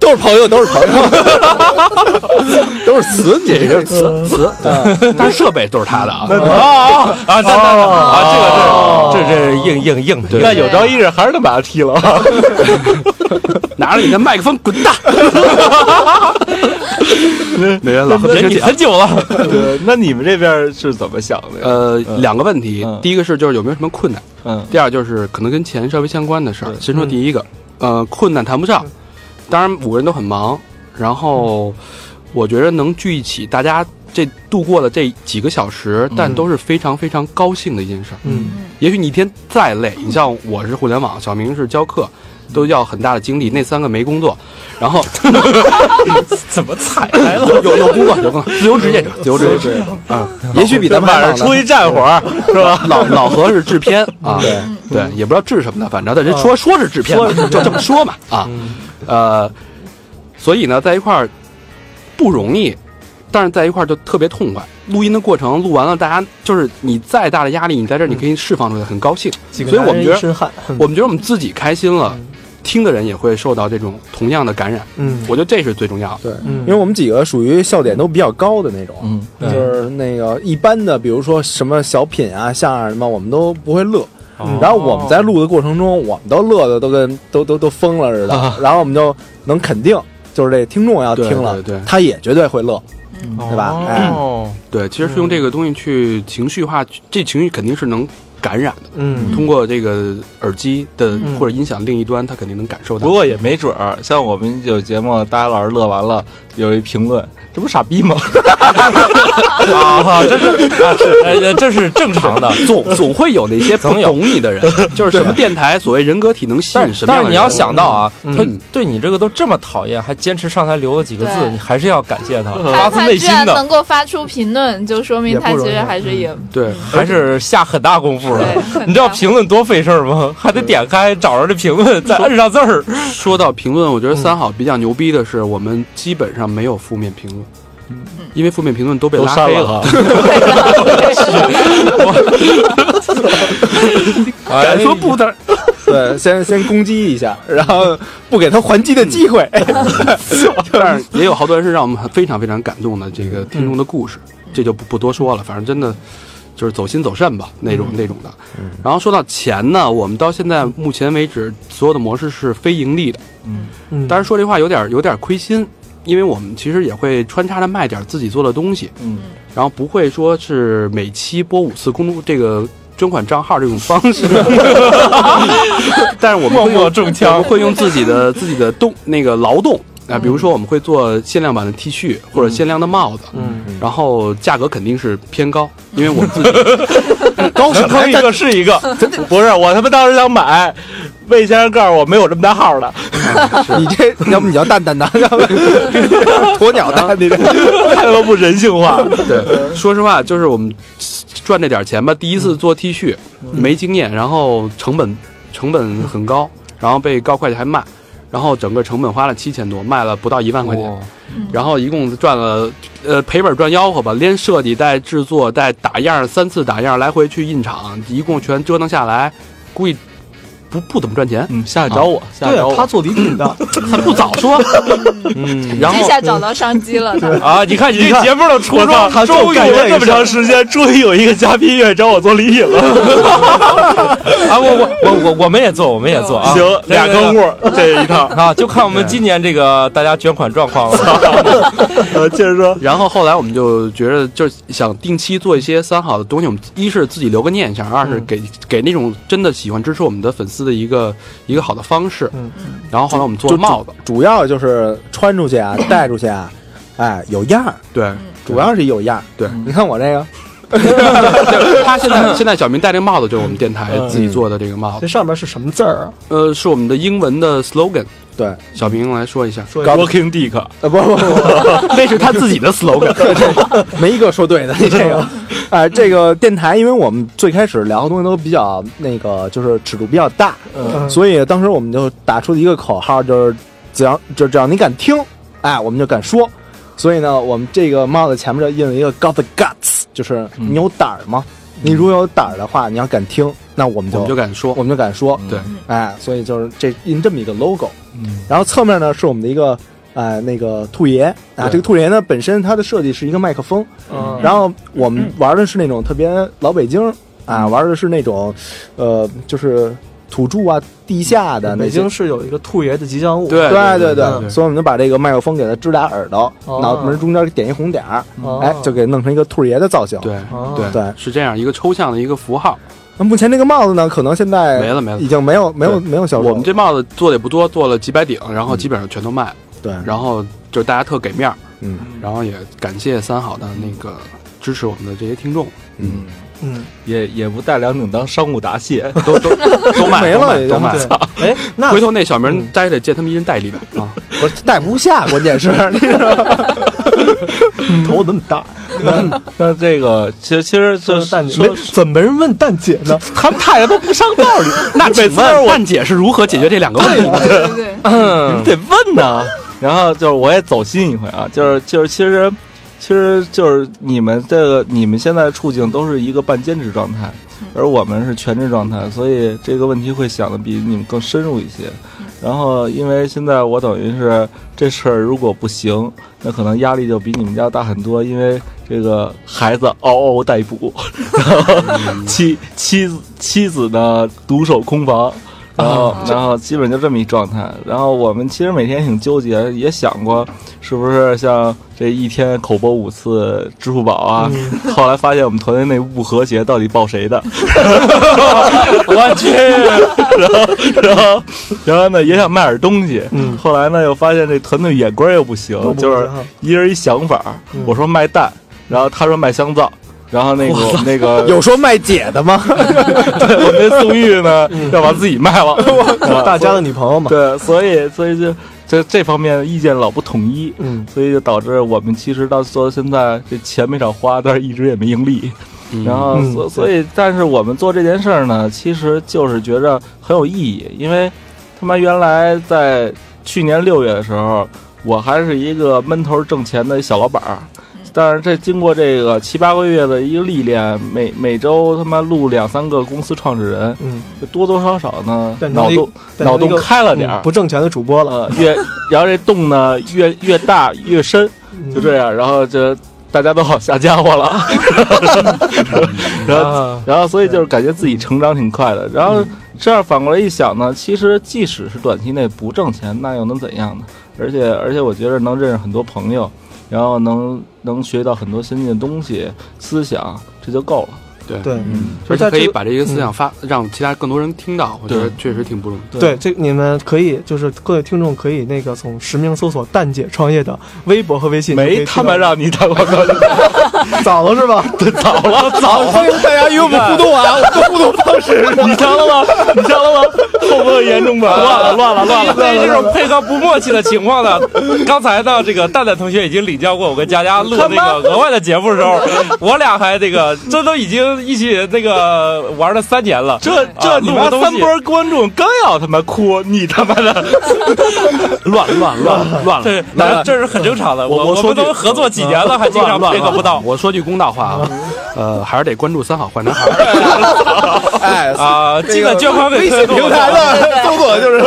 都是朋友，都是朋友， 都是词，你这是词。词，嗯但是设备都是他的啊。哦哦啊，这哦啊，这个这这是硬硬硬的，对那有朝一日还是能把他踢了。 拿着你的麦克风滚蛋！没人老何别忍你讲很。久了。 对，那你们这边是怎么想的呀？呃，两个问题嗯，第一个是就是有没有什么困难，嗯第二就是可能跟钱稍微相关的事儿。对先说第一个，呃，困难谈不上，当然五个人都很忙，然后我觉得能聚一起，大家这度过了这几个小时，但都是非常非常高兴的一件事儿。嗯，也许你一天再累，你像我是互联网，小明是教课，都要很大的精力。那三个没工作，然 后怎么踩来了？ 有有工作，有工作，自由职业者，自由职业者啊。也许比咱们还晚上忙呢出去干活儿是吧？ 老老何是制 片啊，对对，也不知道制什么的，反正但人说说是制片嘛，就这么说嘛啊，呃，所以呢，在一块儿不容易，但是在一块儿就特别痛快。录音的过程录完了，大家就是你再大的压力，你在这儿你可以释放出来，很高兴。几个所以我男们人觉一得身汗，我们觉得我们自己开心了嗯，听的人也会受到这种同样的感染。嗯我觉得这是最重要的。对，嗯 因为我们几个属于笑点都比较高的那种，嗯，就是那个一般的，比如说什么小品啊、相声什么，我们都不会乐。嗯然后我们在录的过程中，我们都乐的都跟都都都疯了似的。然后我们就能肯定，就是这听众要对听了对对，他也绝对会乐，嗯对吧？哎，哦，对，其实是用这个东西去情绪化，这情绪肯定是能感染的。嗯通过这个耳机的嗯或者音响另一端，他肯定能感受到不。过也没准儿，像我们有节目，大家老师乐完了，有一评论，这不是傻逼吗？ 啊， 这是啊是，呃这是正常的。总 总会有那些不总有懂你的 人，就是什么电台所谓人格体能吸但引是什么样的人？但是你要想到啊，嗯他对你这个都这么讨厌，还坚持上台留了几个字，对你还是要感谢他，嗯他发自他内居心然的，能够发出评论，就说明他其实还是也对，还是下很大功夫的对。很你知道大评论多费事儿吗？还嗯得点开找着这评论，再摁上字儿。说到评论，我嗯觉得三好比较牛逼的是，我们基本上没有负面评论，嗯因为负面评论都被拉黑了。哎，说不的，对，先先攻击一下，然后不给他还击的机会。 但是嗯也有好多人是让我们非常非常感动的这个听众的故事，这就不不多说了。反正真的就是走心走肾吧，那种那种的。然后说到钱呢，我们到现在目前为止所有的模式是非盈利的，嗯，当然说这话有点有点亏心，因为我们其实也会穿插着卖点自己做的东西，嗯，然后不会说是每期播五次公众这个捐款账号这种方 式，但是我们会用默默中枪 嗯我们会用自己的自己的动那个劳动。啊，比如说我们会做限量版的 T 恤或者限量的帽子，嗯，然后价格肯定是偏高，因为我们自己高什么一个是一个，不是我他妈当时想买，魏先生告诉我没有这么大号的，你这要不你叫蛋蛋蛋，要不鸵鸟蛋， 你这太他妈不人性化。对，说实话，就是我们赚这点钱吧，第一次做 T 恤，没经验，然后成本成本很高，然后被高会计还骂，然后整个成本花了七千多，卖了不到一万块钱，嗯然后一共赚了呃赔本赚吆喝吧，连设计带制作带打样三次打样，来回去印厂，一共全折腾下来，估计不不怎么赚钱。嗯，下来找我，下来对找啊，他我。做礼品的， 他不早说，嗯，然 这后下找到商机 了，他啊，你看你这节目都出了，他就终于干这个这么长时间，终于有一个嘉宾愿意找我做礼品了。啊，我我我我我们也做，我们也做啊，行， 俩客户这一套。啊，就看我嗯们今年这个大家捐款状 况了。呃，接着说，然后后来我们就觉得，就是想定期做一些三好的东西。我们一是自己留个念嗯想，二是给给那种真的喜欢支持我们的粉丝的一个一个好的方式。嗯然后后来我们做了帽子，主要就是穿出去 啊，戴出去啊，哎，有样儿，对，主要是有样儿。对你看我这个，嗯 他 现在现在小明戴这个帽子就是我们电台自己做的这个帽嗯这子，上面是什么字儿啊？呃，是我们的英文的 slogan。对，小明来说一下，说一下 Walking Dick，呃，不不不， 那是他自己的 slogan，这没一个说 对的。你这个，哎，这个电台，因为我们最开始聊的东西都比较那个，就是尺度比较大，嗯所以当时我们就打出一个口号，就是只要就只要你敢听，哎，我们就敢说。所以呢，我们这个帽子前面就印了一个 “got the guts”，就是你有胆儿吗？你如果有胆儿的话，你要敢听，那我们我就们就敢说我，们就敢说，对，哎，所以就是这印这么一个 logo，然后侧面呢是我们的一个呃那个兔爷对啊，这个兔爷呢本身它的设计是一个麦克风，嗯，然后我们玩的是那种特别老北京啊，玩的是那种呃就是土著啊地下的那北些京。市有一个兔爷的吉祥物，对对对对，嗯所以我们就把这个麦克风给它支俩耳朵，哦脑门中间点一红点儿，哦哎，就给弄成一个兔爷的造型。对嗯哦对对是这样一个抽象的一个符号，那目前这个帽子呢，可能现在没了没了已经没有没有没有销售了。我们这帽子做的也不多，做了几百顶，然后基本上全都卖了，对，然后就是大家特给面儿。嗯然后也感谢三好的那个支持我们的这些听众，嗯，嗯，也也不带两顶当商务答谢。 都都都买没都了买已都经买。对，哎，那回头那小明摘着借他们一人带一礼拜啊！我戴不下，关键是你知道吗头怎么大？那这个其实其实这这是蛋姐，说没怎么没人问蛋姐呢？他们太太都不上道理，那每请次都是问我蛋姐是如何解决这两个问题的？对对你嗯，得问呐。然后就是我也走心一回啊，就是就是其实其实就是你们这个你们现在的处境都是一个半兼职状态，而我们是全职状态，所以这个问题会想的比你们更深入一些。然后因为现在我等于是这事儿如果不行，那可能压力就比你们家大很多，因为这个孩子嗷嗷待哺， 然后妻妻子妻子呢独守空房，然后哦 然后基本就这么一状态。然后我们其实每天挺纠结，也想过是不是像这一天口播五次支付宝啊，嗯 后来发现我们团队内部不和谐，到底报谁 的？我去，然后然后然后呢也想卖点东西，嗯后来呢又发现这团队眼光又不行，都不就是行一人一想法儿嗯，我说卖蛋，然后他说卖香皂。然后那 个我们那个有说卖姐的吗？对我们那宋玉呢，嗯要把自己卖 了，啊大家的女朋友 嘛，对，所以所以就这这方面意见老不统一，嗯，所以就导致我们其实到做到现在，这钱没少花，但是一直也没盈利。然后嗯所所以，但是我们做这件事儿呢，其实就是觉着很有意义，因为他妈原来在去年六月的时候，我还是一个闷头挣钱的小老板儿。嗯但是这经过这个七八个月的一个历练，每每周他妈录两三个公司创始人，嗯，就多多少少呢变，成脑了一洞变成脑了一洞个开了点儿嗯，不挣钱的主播了，呃，越 然后这洞呢越越大越深，嗯就这样，然后就大家都好下家伙了， 然后啊，然后所以就是感觉自己成长挺快的，然嗯后这样反过来一想呢，其实即使是短期内不挣钱，那又能怎样呢？而且而且我觉得能认识很多朋 友，然后能能学到很多先进的东西思想，这就够了。对对，嗯，就而是在且这可以个把这个思想发，让其他更多人听到，我觉得确实挺不容易。对，这你们可以就是各位听众可以那个从实名搜索“蛋姐创业”的微博和微信，没他妈们让你打广告的，早了是吧？早了早了，欢迎大家与我们互动啊！我们的互动方式你瞧了吗？你瞧了吗？后波严重吧？乱了乱了乱了！ 对这种配合不默契的情 况呢，刚才呢，这个蛋蛋同学已经领教过我跟佳佳录那个额外的节目的时候， 我俩还这个这都已经一起那个玩了三年了。这这你妈三波观众刚要他妈哭，你他妈的乱乱乱乱对，那这是很正常的。嗯我我我们说句都合作几年了，还经常配合不到我说句公道话啊，呃，还是得关注三好坏男孩。哎，啊。基本捐款给微特信多平 台的搜索就是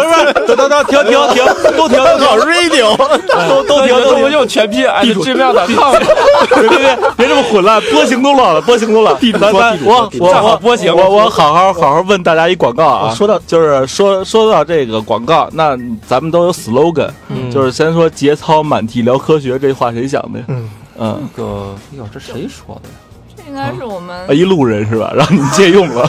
等等等，停停停，都停都老停 radio，都都停都都哎停！用全拼 at 主 gmail 的 com，别别别，别这么混乱，波形都乱了，波形都乱。咱咱我我站好我波形我我好好好好问大家一广告啊。我说到就是说说到这个广告，那咱们都有 slogan，就是先说节操满地聊科学，这话谁想的呀？嗯嗯，这个，哎呦，这谁说的呀？这应该是我们啊一路人是吧？让你们借用了，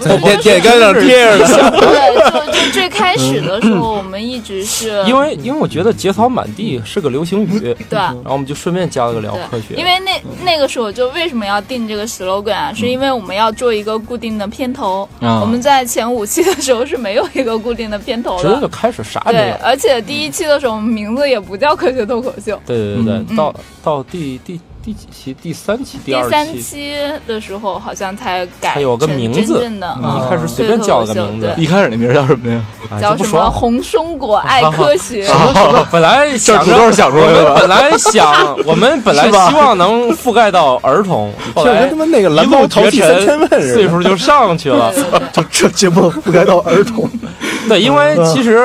在电电杆上贴着哦呢。对，就就最开始的时候，我们一直是嗯因为因为我觉得“节操满地”是个流行语，对然后我们就顺便加了个聊科学，对，因为那那个时候就为什么要定这个 slogan 啊？是因为我们要做一个固定的片头，啊我们在前五期的时候是没有一个固定的片头直接的就。开始啥也没对，有。而且第一期的时候，我们名字也不叫科学脱口秀。对对对，嗯到到第第第几期？第三期、第二三期，期的时候，好像才改才有个成名真字正的，你嗯一开始随便叫了个名字对，一开始那名儿叫什么呀？哎叫就不什说么“了。红松果爱科学”。本来想着这土豆想出来的吧我们本来 想，我们本来是吧希望能覆盖到儿童，后就来跟他妈那个一蓝路猫淘绝气三千尘问，似岁的。数就上 去了。对对 对就这节目覆盖到儿童，对，因为其实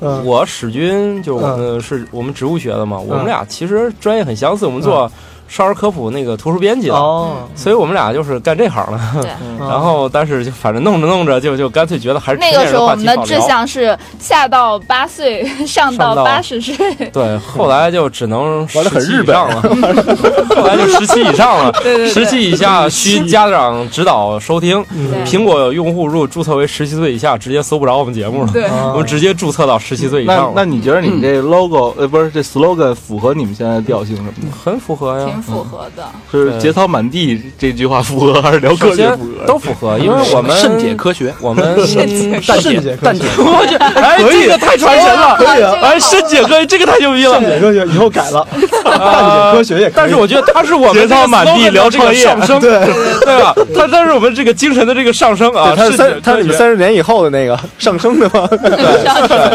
嗯我史军就是我们是我们植物学的嘛，我们俩其实专业很相似，我们做少儿科普那个图书编辑的，哦，所以我们俩就是干这行的。对 然后，但是就反正弄着弄着，就就干脆觉得还是那成年个人时候我话们题的好志聊。向是下到八岁，上上到八十 岁。对，后来就只能玩得很17以日本上了， 后来就十七以上了， 对对十对七以下需家长指导收听。对苹果有用户如果注册为十七岁以下，直接搜不着我们节目了，对，啊我们直接注册到十七岁以那上那了，你觉得你这 logo 呃不是这 slogan 符合你们现在的调性什么的？很符合呀挺。符合的。是节操满地这句话符合，还是聊科首学先符合？都符合，因为我们肾解科学，我们蛋姐，蛋姐，我去，哎，这个太传神哦了，可以啊，哎，肾解科这个太牛逼了蛋，姐科学以后改了，蛋姐科学也可以，但是我觉得他是我们节操满地聊创业这个 slogan 的这个上升，对对吧？他他是我们这个精神的这个上升啊，对，他是是三，他是你们对三十年以后的那个上升的吗？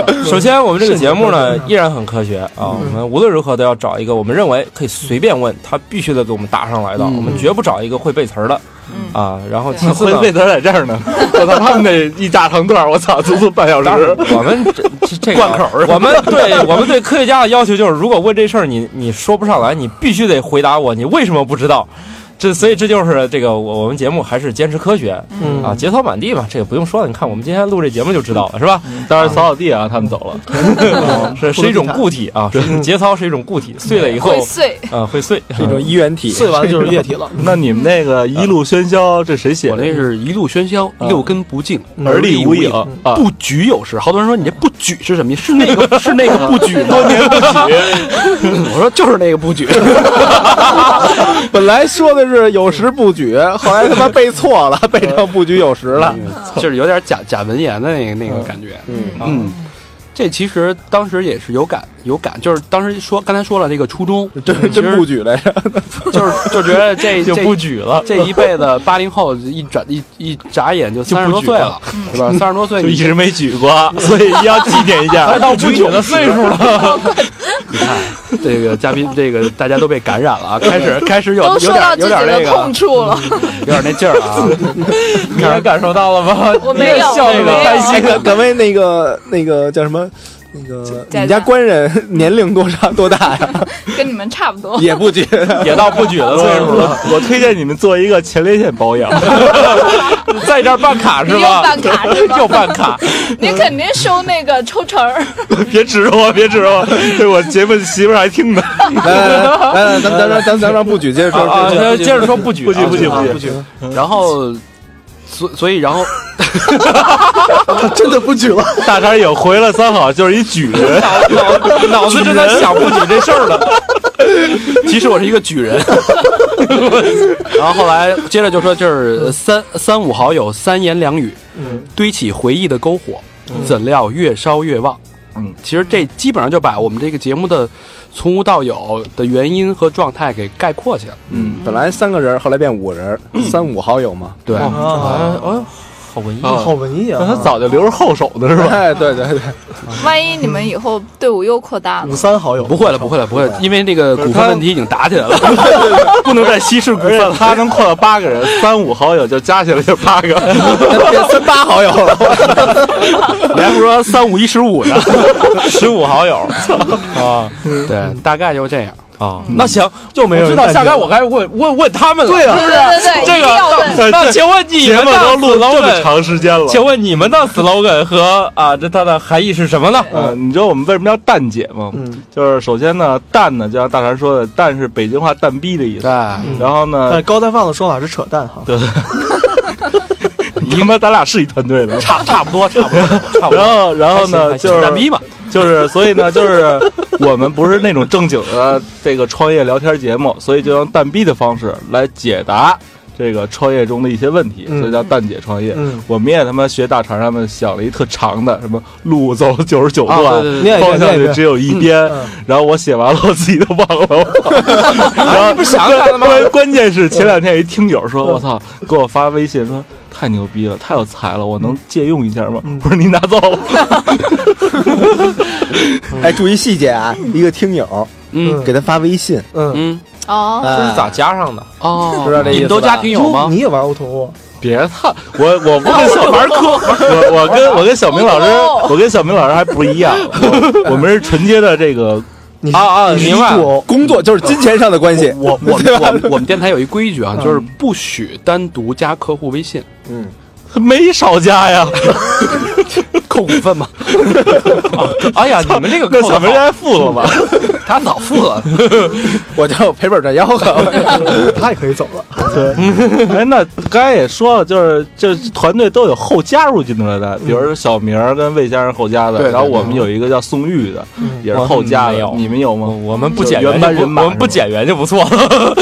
对首先，我们这个节目呢依然很科学啊，我们无论如何都要找一个我们认为可以随便问，他必须得给我们答上来的，我们绝不找一个会背词儿的嗯，啊。然 后其那次会呢，为咱在这儿 呢，我操，他们那一大长段，我操，足足半小当然时。我们 这这个贯口儿我们对我们对科学家的要求就是，如果问这事儿你你说不上来，你必须得回答我，你为什么不知道？这所以这就是这个我我们节目还是坚持科学嗯啊，节操满地嘛，这个不用说了。你看我们今天录这节目就知道了，是吧？当然扫扫地啊，他们走了。 是是一种固体啊，是节操是一种固体，碎了以后啊会碎。呃会碎。是一种一元体，碎完了就是液体了，那你们那个一路喧嚣，这谁写我的？那是一路喧嚣，六根不净，而立无影啊不举有时。好多人说你这不举是什么？是那个是那个不举，多年不举。 我说就是那个不举， 本来说的是有时不举，后来他妈背错了，背成不举有时了。就是有点假假文言的那个那个感觉。嗯，嗯，这其实当时也是有感有感，就是当时说刚才说了这个初衷，真真不举来着， 就是就觉得这就这不举了，这一辈子八零后一转一一眨眼就三十多岁了，是吧？三十多岁就一你直没举过，所以要祭奠一下。到不举的岁数了，你看这个嘉宾，这个大家都被感染了啊，开始开始有都有说到点自有己点那的个痛处了，有点那劲儿了啊。你嗯也感受到了吗？ 我没有，笑我那个没担有心哎，敢敢为那个那个叫什么那个在 你家哪官人年龄多少多大呀？跟你们差不多。也不觉得也到不举的岁数了， 我我推荐你们做一个前列腺保养，在这儿办卡是你又吧？办卡是 吧又办卡，你肯定收那个抽成儿， 别指着我，别指着我，对我节目媳妇儿还听呢。来来来来来，咱们咱们咱们咱们让布举接着说，啊，说那接着说不举，不举啊不举不举举，然后，所所以然后他真的不举了。大山有回了三好就是一 举人，脑脑子正在想不举这事儿了。 其实我是一个举人。然后后来接着就说这是呃三三五好友三言两语，堆起回忆的篝火，怎料越烧越旺。嗯，其实这基本上就把我们这个节目的从无到有的原因和状态给概括起来。嗯，本来三个人，后来变五人，三五好友嘛。对，啊，哎呦，好文艺啊好文艺啊！那他早就留着后手的是吧？哎，对对对，万一你们以后队伍又扩大五了，三好友不会了，不会了，不会了，因为那个股份问题已经打起来了。不能再稀释股份，他能扩到八个人，三五好友就加起来就八 个，变三八好友了。你还不说三五一十五呢？十五好友啊嗯对，大概就这样。啊，那行就没有人知道干下这该个我该问问问他们了。对对对对，这一定要个问。啊对那对请问你节们目的都录这么 slogan，长时间了。请问你们的 slogan 和啊这它的含义是什么呢？呃，你知道我们为什么叫蛋姐吗？嗯，就是首先呢，蛋呢，就像大神说的，蛋是北京话蛋逼的意思。对，然后但呢是，高大放的说法是扯淡哈。你他妈咱俩是一团队的。差差不多，差不 多，差不然多。后，然后呢，还行就蛋逼是嘛，就是，所以呢，就是我们不是那种正经的这个创业聊天节目，所以就用蛋逼的方式来解答这个创业中的一些问题，嗯所以叫蛋姐创业。嗯，我们也他妈学大肠他们想了一特长的，什么路走九十九啊段，对对对方向念一就遍只有一边。嗯然后我写完了，我自己都忘了。然后不想想了吗？关关键是前两天有一听友说，我操，给我发微信说太牛逼了，太有才了，我能借用一下吗？我说你拿走，哎，注意细节啊！一个听友嗯给他发微信，嗯，嗯，哦，哎咋加上的？哦，知道这你意思吧们都加听友吗？你也玩欧童哦？别他，我我不跟小玩磕，我我跟我跟小明老师，我跟小明老师还不 一样，我我们是纯洁的这个你啊啊，你是明白一了度。欧工作就是金钱上的关系。我我对吧哦我我们电台有一规矩啊，就是不许单独加客户微信，嗯， 没少加呀，扣股份嘛。哎呀，你们这个那扣小的明好，该付了吧？他早付了，我就赔本赚吆喝。童他也可以走了。 哎，那刚才也说了，就是这团队都有后加入进来的，比如说小明儿跟魏先生后加的，对然后我们有一个叫宋玉的，也是后加的我，们没有嗯你们有吗？我们不减原员班就人不，马我们不是吗减员就不错了。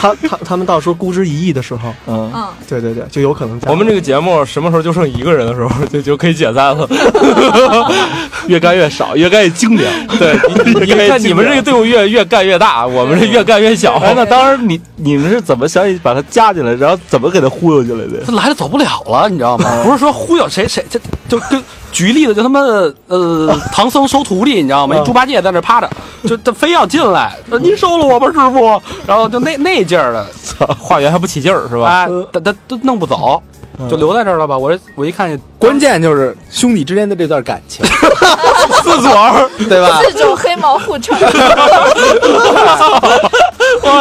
他他他们到时候估值一亿的时候，嗯，嗯，对对对，就有可能加入。 我们这个节目什么时候就剩一个人的时候，就就可以解 散了。越干越少，越干越精良。对，你你应该看尽你们量这个队伍越越干越大，我们这越干越小。哎，那当时你你们是怎么想起把他加进来，然后怎么给他忽悠进来的？他来了走不了了，你知道嗯吗？不是说忽悠谁谁，这就跟举一例子，就他妈呃唐僧收徒弟，你知道嗯吗？一猪八戒在那趴着，就他非要进来，说您收了我吧，师傅。然后就那那劲儿的，化缘还不起劲儿是吧？哎，他他都弄不走，就留在这儿了吧。我这我一看，关键就是兄弟之间的这段感情， 四左儿，对吧？这种黑毛护城，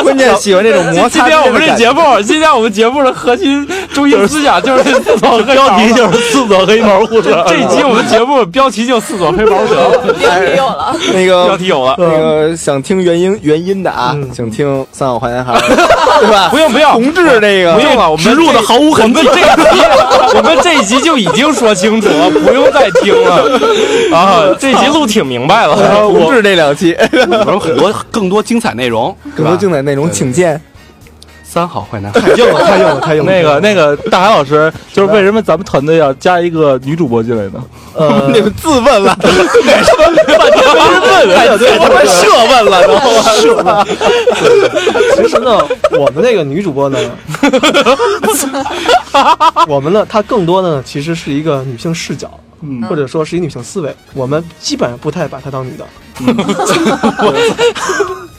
关键喜欢这种摩今今擦之间的天感情。我们这 节目，今天我们节目的核心中心思想就是四左黑标毛题就是四左黑毛护士。这一期我们节目标题就四左黑毛得了，没有了。那标个题有了。那个想听原因原因的啊，嗯请听三好坏男孩，对吧？不用不用，同志这个不用了，我们植入的毫无我痕们迹这一 集，我们这一集就已经说清楚了，不用再听了嗯啊！这集录挺明白了，同志这两期，有 很多更多精彩内容，更多精彩内容请见。三好坏男孩。太硬了，太硬 了，太硬了。那个那个大海老师，就是为什么咱们团队要加一个女主播进来呢？呃， 你们自问了，还设问了都。 其实呢，我们那个女主播呢，我们呢，她更多的呢，其实是一个女性视角，嗯或者说是一女性思维。我们基本上不太把她当女的，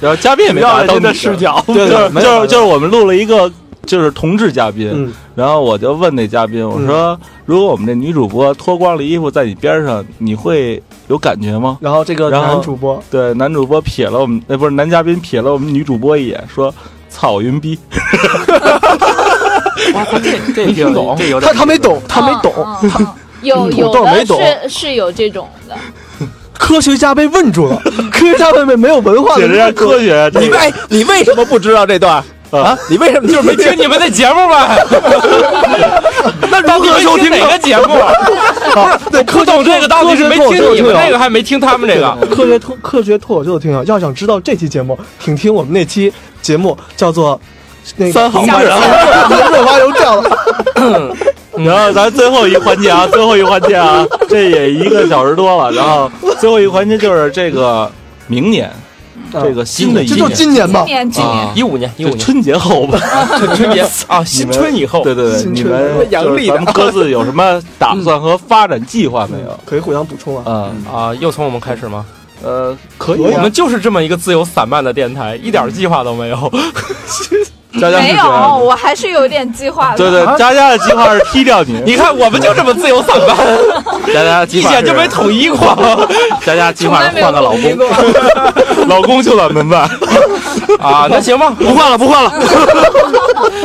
然后嘉宾也没要把了他当您的女视角对，就是就是就是我们录了一个就是同志嘉宾，嗯，然后我就问那嘉宾，我说、嗯如果我们这女主播脱光了衣服在你边上，你会有感觉吗？然后这个然后男主播，对，男主播瞥了我们，那、呃不是男嘉宾瞥了我们女主播一眼，说：“操云逼。哇，他这这没听懂这有他点他没懂， 他没懂。嗯。嗯 嗯有土有豆没的懂是是有这种的，科学家被问住了，科学家被没没有文”化的简直让人科学 啊这你个为你为什么不知道 这段啊？你为什么就是没听？你们的节目吧？那如何收听哪个节目？啊 哦对，不懂这个道理是没听你们科学脱口那秀个，还没听他们这个。科学脱科学脱口秀的听友，要想知道这期节目，请听我们那期节目，叫做那个三好坏人，热巴油掉了。然后咱最后一环节啊， 最后一环节啊，这也一个小时多了。然后最后一环节就是这个明年这个新的一啊这就是今哎年今吧？年今年啊一五年，一五就年春节后吧。春节啊，新春以后，对对对，新春你们阳就是历的咱们各自有什么打算和发展计划没有？可以互相补充啊。嗯，啊，又从我们开始吗？呃，可可以以啊我们就是这么一个自由散漫的电台，一点计划都没有。嗯佳佳没是有，这样的我还是有点计划的。对对，佳佳的计划是踢掉你，你看，我们就这么自由散漫，佳佳的计一划点就没是统一过。佳佳计从划来是没有换个老统一公，过。老公就在门外。啊，那行吧，不换了，不换了。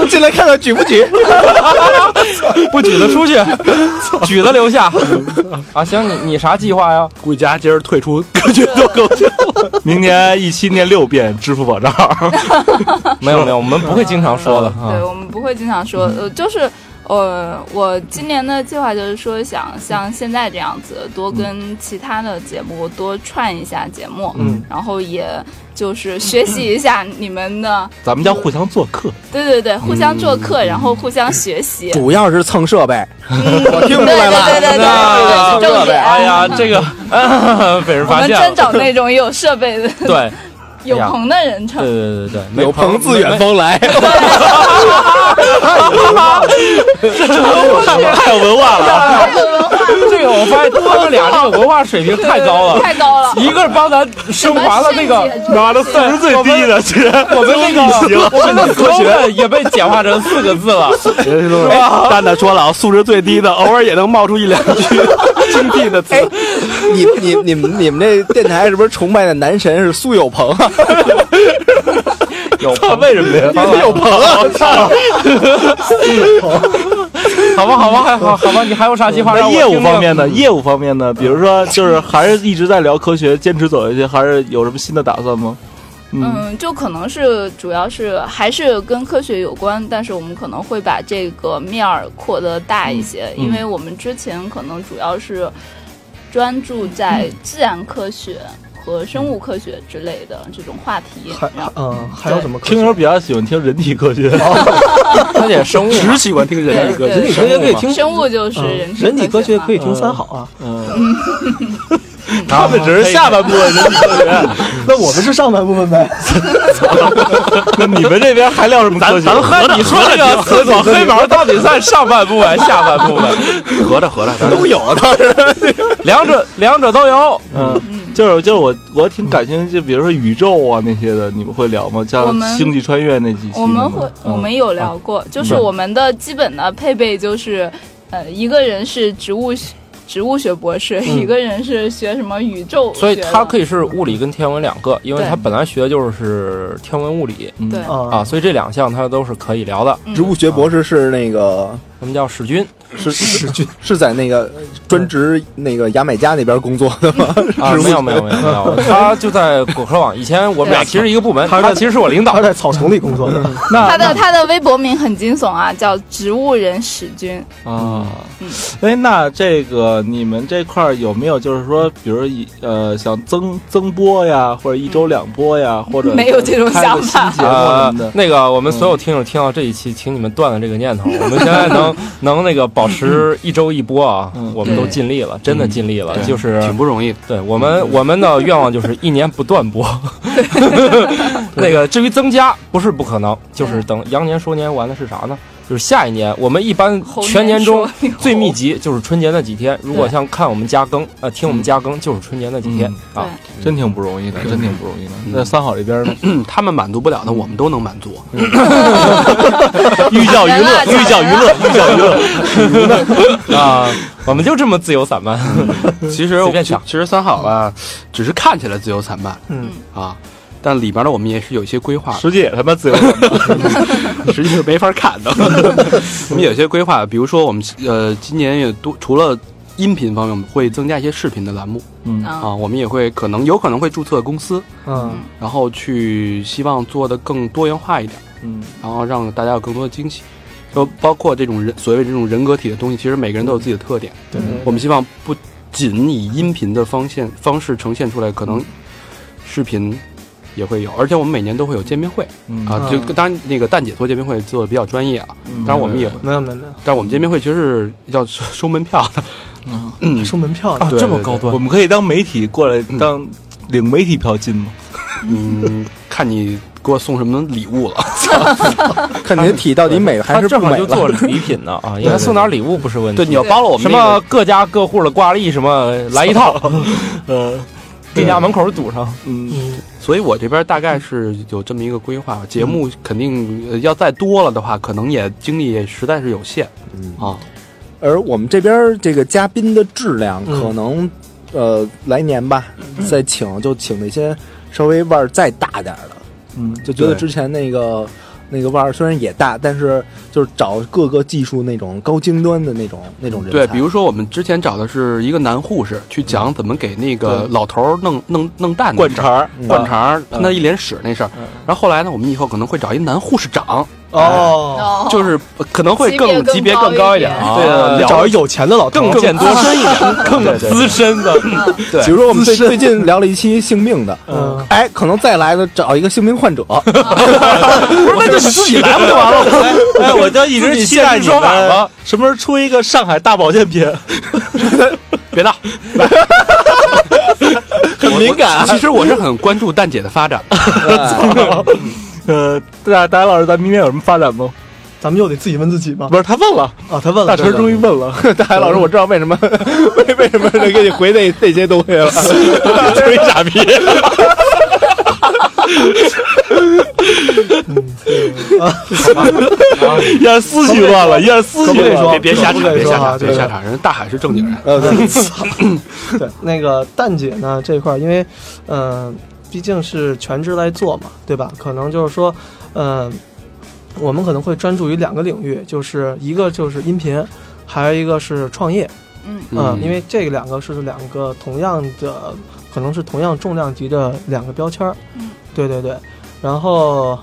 进来看看举不举？不举得出去，举得留下。啊，行，你你啥计划呀？顾佳今儿退出，明年一期念六遍支付保账号。没有没有，我们不会经常说的对，啊。我们不会经常说，呃，就是呃，我今年的计划就是说想像现在这样子，多跟其他的节目多串一下节目，嗯，然后也就是学习一下你们的，咱们叫互相做客，对对对，互相做客，然后互相学习。嗯主要是蹭设备，我听 对出对来了。对对那对，对重点。哎呀， 这个啊被人我发们现真了。找那种有设备的、对有棚的人对唱。对对对，没有朋自远方来，太有文化了。这个我发现他们俩这个文化水平太高了， 太高了！一个是帮咱升华了那个，妈的，素质最低的，居然我们那个我们的科学也被简化成四个字了。哎蛋蛋说了啊，素质最低的，偶尔也能冒出一两 句精辟的词。 你你你们你们这电台是不是崇拜的男神是苏 有朋啊？有他为什么呀？有朋啊，好吧好吧还好好吧，你还有啥计划？那让我业务听听嗯方面呢？业务方面呢？比如说，就是还是一直在聊科学，坚持走下去，还是有什么新的打算吗？嗯，嗯，就可能是主要是还是跟科学有关，但是我们可能会把这个面儿扩得大一些，嗯因为我们之前可能主要是专注在自然科学和生物科学之类的这种话题。还然后嗯，还有什么科听学友？比较喜欢听人体科学，哦他得生物嘛，只喜欢听人一对个人体科学可以听生物就是嗯人人体科学嘛可以听三好啊，嗯，他们只是下半部分人体科学，那我们是上半部分 呗。那 你们这边还聊什么科学？咱那你说这个厕所黑毛到底算上半部分、下半部分？ 合着合着，咱都有啊，当时 两者两者都有。嗯，就是就是我我挺感兴趣，就比如说宇宙啊那些的，你们会聊吗？我像们《星际穿越》那几期吗，我们会，我们有聊过，就是我们的基本的配备就是，呃，一个人是植物学植物学博士，一个人是学什么宇宙学的，所以他可以以是物理跟天文两个，因为他本来学的就是天文物理嗯对啊啊，，所以这两项他都是可以聊的。植物学博士是那个他们叫史军是是 是在那个专职那个牙买加那边工作的 吗？啊，没有没有没有 没有，他就在果壳网。以前我们啊俩其实一个部门，他是在他其实是我领他导 啊是。在草丛里工作的，他的他的微博名很惊悚啊，叫植物人史君。啊嗯。哎，那这个你们这块儿有没有就是说，比如一呃，想增增播呀，或者一周两播呀，或者没有这种开想个法新节目啊什么的，。那个我们所有听友听到这一期，请你们断了这个念头。嗯我们现在能能那个保持一周一播啊嗯，我们都对尽力了，真的尽力了。对就是挺不容易的。对我们我们的愿望就是一年不断 播。那个至于增加不是不可能，就是等羊年说年完了是啥呢？就是下一年，我们一般全年中最密集就是春节那几天。如果像看我们加更，呃，嗯听我们加更，就是春节那几天嗯啊。真挺不容易的，真挺不容易的。嗯那三好这边呢？他们满足不了的，我们都能满足。寓 教于乐，寓教于乐，寓教于乐。啊，我们就这么自由散漫。嗯其实随便其想其实三好吧，只是看起来自由散漫，嗯啊，但里边呢，我们也是有一些规划的，实际也他妈 自由。实际是没法看的。 我们有些规划，比如说我们呃今年也多除了音频方面，我们会增加一些视频的栏目嗯，啊啊，我们也会可能有可能会注册公司，嗯然后去希望做的更多元化一点，嗯，然后让大家有更多的惊喜。就包括这种人所谓这种人格体的东西，其实每个人都有自己的特点。对，我们希望不仅以音频的方现方式呈现出来，可能视频也会有，而且我们每年都会有见面会嗯啊，就当然那个蛋姐做见面会做的比较专业啊，当然我们也，没有没有没但是我们见面会其实是要收收门票的，有，嗯收门票的啊，对这么高端我，们可以当媒体过来当领媒体票进吗？嗯， 看你给我送什么礼物了，看你的体到底美还是他正不好美就了。做 礼品呢啊，应该送点礼物不是问题。对，你要包了我们什那个么各家各户的挂历什么来一 套，呃，给家门口堵上。嗯，嗯，所以我这边大概是有这么一个规划，节目肯定呃要再多了的话，可能也精力也实在是有限嗯啊，而我们这边这个嘉宾的质量，嗯可能、呃来年吧，再请就请那些稍微腕儿再大点儿的，嗯，就觉得对之前那个那个腕儿虽然也大，但是就是找各个技术那种高精端的那种那种人才。对，比如说我们之前找的是一个男护士去讲怎么给那个对老头儿弄弄弄蛋的灌事儿肠儿，嗯灌肠儿喷他一脸屎那事儿，然后后来呢，我们以后可能会找一男护士长，哦，哦就是可能会更级别级别更更高高一一点点，啊对的，聊找一有钱的老头更儿，见多识一点，更资深的，对比如说我们最最近聊了一期性病的，嗯哎，可能再来的找一个性病患者， 那 就自己来不就完了吗？ 哎，我就一直期待你自己现身说法们嗯吧什么时候出一个上海大保健品， 别闹，很敏感。其实我是很关注蛋姐的发展，呃，大大家老师，咱明年有什么发展吗？咱们又得自己问自己吧不。是，他问了，啊，他问大了，陈终于问了，大海老师，我知道为什么 为为什么能给你回那那些东西 了，就是一傻逼。嗯一下思绪乱了，一下思绪啊可不可以乱说了别。别下场，不可以别说下啊场，别对下场，人大海是正经人，呃，对 对，那个蛋姐呢这块儿，因为嗯、呃毕竟是全职来做嘛，对吧？可能就是说，嗯、我们可能会专注于两个领域，就是一个就是音频，还有一个是创业。嗯嗯，因为这两个是两个同样的，可能是同样重量级的两个标签儿。嗯，对对对。然后，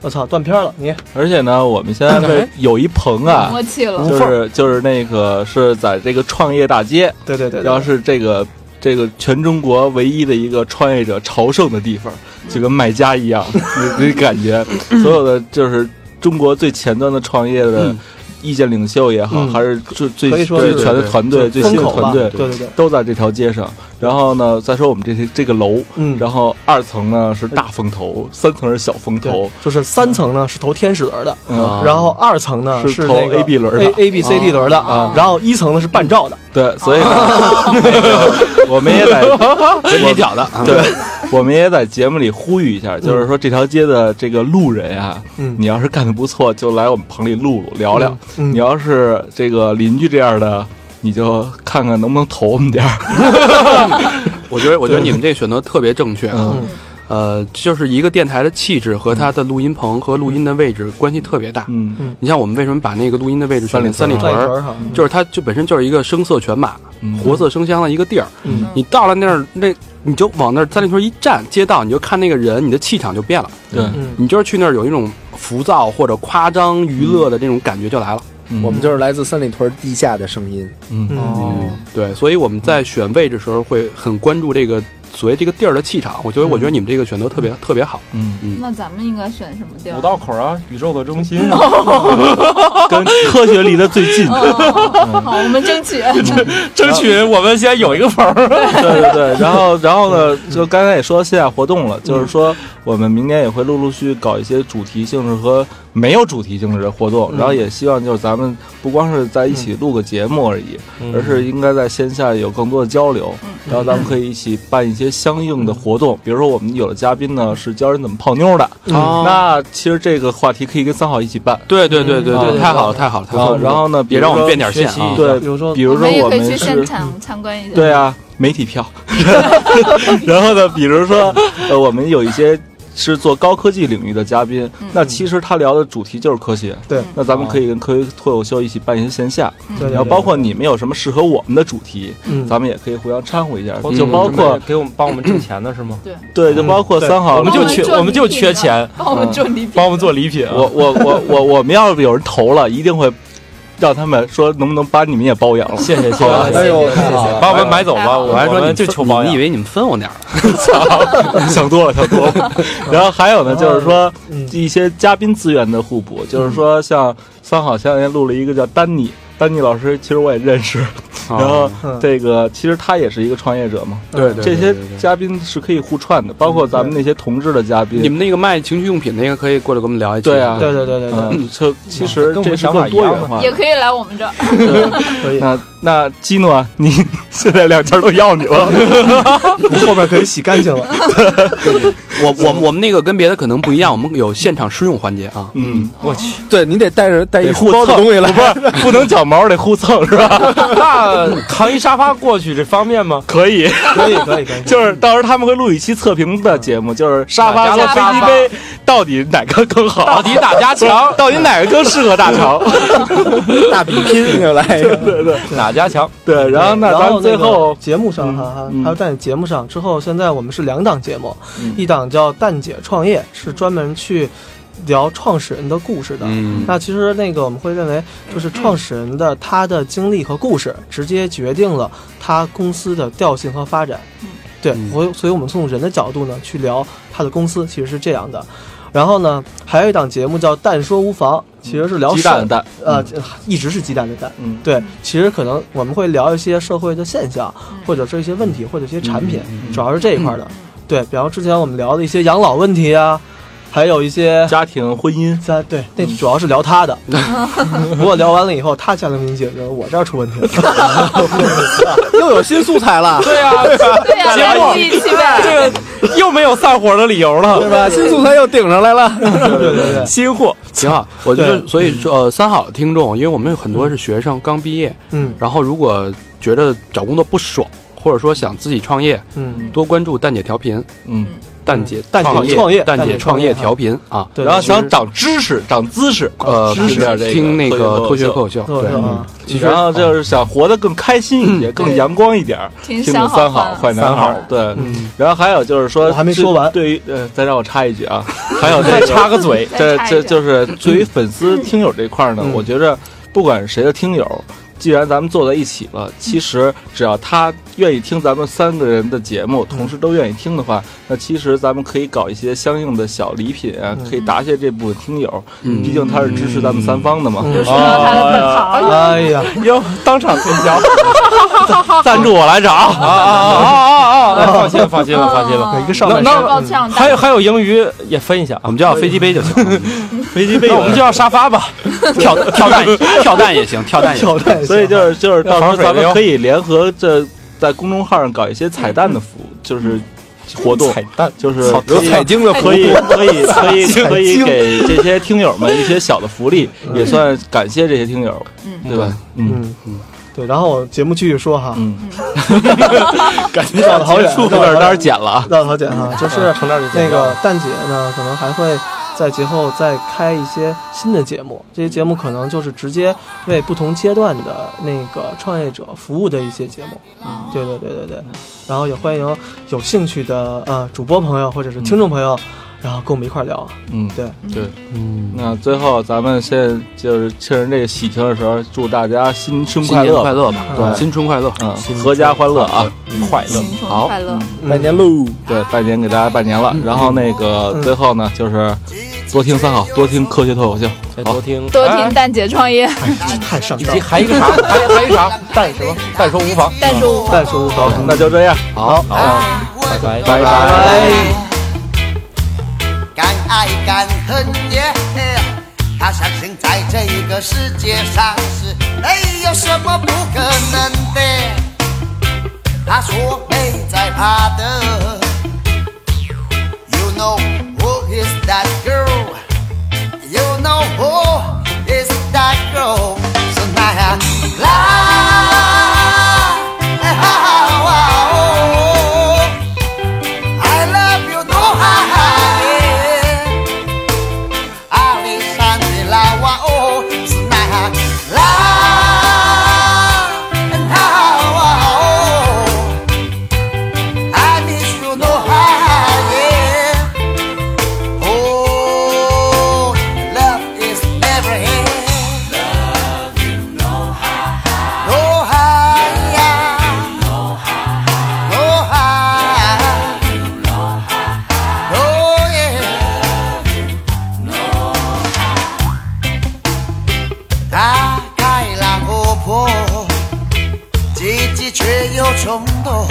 我操，断片儿了，你而且呢，我们现在呢有一棚啊，默契了，就是就是那个是在这个创业大街，对对对对然后是这个这个全中国唯一的一个创业者朝圣的地方，就跟卖家一样， 你你感 觉所有的就是中国最前端的创业的嗯意见领袖也好，嗯还是最最可以最说是全的团队、最风新的口吧团，队对。对对，都在这条街上，然后呢，再说我们这些这个楼，嗯，呃然后二层呢是大风头，三层是小风头对，，就是三层呢是投天使轮的，嗯，然后二层呢是投那个 A B 轮的 A A B C D 轮的啊然后一层呢是半照的，对，所以呢，那哦个 我们也 得真没脚的，对，我们也在节目里呼吁一下，就是说这条街的这个路人啊，嗯你要是干的不错，就来我们棚里录录聊聊；嗯嗯你要是这个邻居这样的，你就看看能不能投我们点儿。我觉得我觉得你们这个选择特别正确，嗯呃，就是一个电台的气质和它的录音棚和录音的位置关系特别大。嗯你像我们为什么把那个录音的位置选在三三里里转屯一儿轮儿哈，就是它就本身就是一个声色犬马、嗯活色生香的一个地儿。嗯你到了那儿，那你就往那儿三里屯一站，街道你就看那个人，你的气场就变了。对，嗯你就是去那儿有一种浮躁或者夸张娱乐的这种感觉就来了。我们就是来自三里屯地下的声音。嗯嗯对，所以我们在选位置的时候会很关注这个所谓这个地儿的气场。我觉得，我觉得你们这个选择特别特别好。嗯，那咱们应该选什么地儿？口啊，宇宙的中心啊，跟科学离得最近。哦好，我们争取。争取我们先有一个棚儿。对对对，然后然后呢，就刚才也说到线下活动了，就是说我们明年也会陆陆续续搞一些主题性质和没有主题性质的活动，嗯然后也希望就是咱们不光是在一起录个节目而已，而是应该在线下有更多的交流，然后咱们可以一起办一些相应的活动，比如说我们有的嘉宾呢是教人怎么泡妞的，哦，那其实这个话题可以跟三好一起办，对对对对嗯对，太好了太好了太然好后了，嗯然后呢，别让我们变点，点线学习啊一！对比如说比如说也我可以去们现是。场参观一下。对啊，媒体票。 然后呢，比如说，呃，我们有一些是做高科技领域的嘉宾，嗯那其实他聊的主题就是科学。对哦那咱们可以跟科学脱口秀一起办一些线下，对，然后包括你们有什么适合我们的主题，嗯，哦咱们也可以互相掺和一下。嗯就包括给我们帮我们挣钱的是吗？对，就包括嗯对三好， 我们就哦帮我们缺做我们就礼品缺吧钱，帮我们做礼品，帮我们做礼品啊。我我我我我们要是有人投了，一定会让他们说能不能把你们也包养了。 谢谢谢谢，哎谢呦谢太好了把我们买走吧，我还我说们你就分求保你养以。为你们分我点儿了？想多了，想多 了。然后还有呢，就是说嗯一些嘉宾资源的互补，就是说像三好前两天录了一个叫丹尼，丹尼老师其实我也认识，然后嗯这个其实他也是一个创业者嘛。对对这些对对嘉宾是可以互串的，包括咱们那些同志的嘉你宾。们那个卖情趣用品那个可以过来跟我们聊一期。对啊对对对对对，嗯，这其实这是更多元化也的。可以来我们这儿。可以。那那基诺，啊你 现在两家都要你了，后边可以洗干净了。我我我们那个跟别的可能不一样，我们有现场试用环节 啊。嗯，我去，对你得带着带一得书互包的蹭，东西来，不是不能脚毛，得互蹭是吧？ 那扛一沙发过去这方便吗？ 可以，可以可以可以，就是到时候他们会录一期测评的节目，就是沙发和沙发飞机杯到底哪个更好，到底哪家强？ 到底哪个更适合大肠？大比拼就来一个。哪家强？对，然后那然咱后们最那个后节目上哈哈嗯，还有在你节目上之后，现在我们是两档节目嗯，一档叫“蛋姐创业”，是专门去聊创始人的故事的。嗯，那其实那个我们会认为，就是创始人的他的经历和故事，直接决定了他公司的调性和发展嗯。对嗯，我所以我们从人的角度呢去聊他的公司，其实是这样的。然后呢，还有一档节目叫“蛋说无妨”，其实是聊鸡蛋的社蛋，呃，这一直是鸡蛋的蛋。嗯，对，其实可能我们会聊一些社会的现象，或者是一些问题，或者一些产品，嗯主要是这一块的。对，比方之前我们聊的一些养老问题啊，还有一些家庭婚姻，在对，那主要是聊他 的。不过聊完了以后，他家能给你解决，我这儿出问题了。 又有新素材 了，对呀， 对呀，结果来一起呗。这个又没有散伙的理由对了。吧？新素材又顶上来了。对对对，新货，挺好。啊我觉得，对所以说呃，三好的听众，因为我们有很多是学生刚毕业，嗯然后如果觉得找工作不爽，或者说想自己创业，嗯，多关注蛋姐调频，嗯，蛋姐蛋姐创创业蛋蛋姐姐创业创业调频啊。对。然后对想长知识、长姿势，呃，知识点这个听那个脱学脱脱口口秀，对对对，啊，嗯对然后就是想活得更开心一些，更阳光一点儿，挺听想听好三好话，坏男孩儿，对。然后还有就是说，我还没这说完对于呃，再让我插一句啊，还有这再个插个嘴，这再插一这句就是对于粉丝听友这块儿呢，嗯我觉着不管是谁的听友，既然咱们坐在一起了，其实只要他愿意听咱们三个人的节目，同时都愿意听的话，那其实咱们可以搞一些相应的小礼品啊，嗯可以答谢这部分听友，嗯毕竟他是支持咱们三方的嘛。哦嗯就说到他的本行了。哎呀，哟，当场推销， 赞助我来找啊啊！啊啊啊啊！放心了，放心了，放哦心了。一个上半那身那抱歉，还有还有英语也分一下我啊，们就要飞机杯就行，飞机杯那我们就要沙发吧。跳跳 蛋跳蛋也行，跳蛋也 行。挑战一下，所以就是就是到时候防水的咱们哟可以联合这在公众号上搞一些彩蛋的服务，就是活动，蛋就是有彩经的可以可以可以彩可以精给这些听友们一些小的福利，也算感谢这些听友，嗯对吧？嗯嗯嗯，对。然后我节目继续说哈， 嗯，感觉绕得好远，处绕不得了好那远儿剪了，那好简单啊，就是从这儿就剪那个蛋姐呢，可能还会在节后再开一些新的节目，这些节目可能就是直接为不同阶段的那个创业者服务的一些节目。嗯，对对对对对。然后也欢迎有兴趣的呃主播朋友或者是听众朋友，然后跟我们一块儿聊。嗯。对，嗯，那最后咱们现在就是趁着这个喜庆的时候，祝大家新春新快年乐，快乐吧，对新春快乐。嗯，阖家欢乐啊！快乐。新春快乐，拜年喽！对，拜年给大家拜年了。然后那个嗯最后呢，就是多听三好，多听科学脱口秀。多听多听蛋姐创业，太上以道及。还一个啥，还还一个啥，蛋什么蛋说无妨，但是我。但说无妨，那就这样，好，好，拜拜，拜拜 càng ai càng hơn nhé 他相信在这一个世界上是没有什么不可能的。他说没在怕的。You know who is that girl? You know who is that girl? Tonight, 哎哦 la. I love you, no high. Alexandra, oh, tonight, la. And how, oh, I miss you, no high. Oh, love is never here. Love you, no high. No high, no high. Oh yeah. No. 大概狼活泼，积极却又冲动，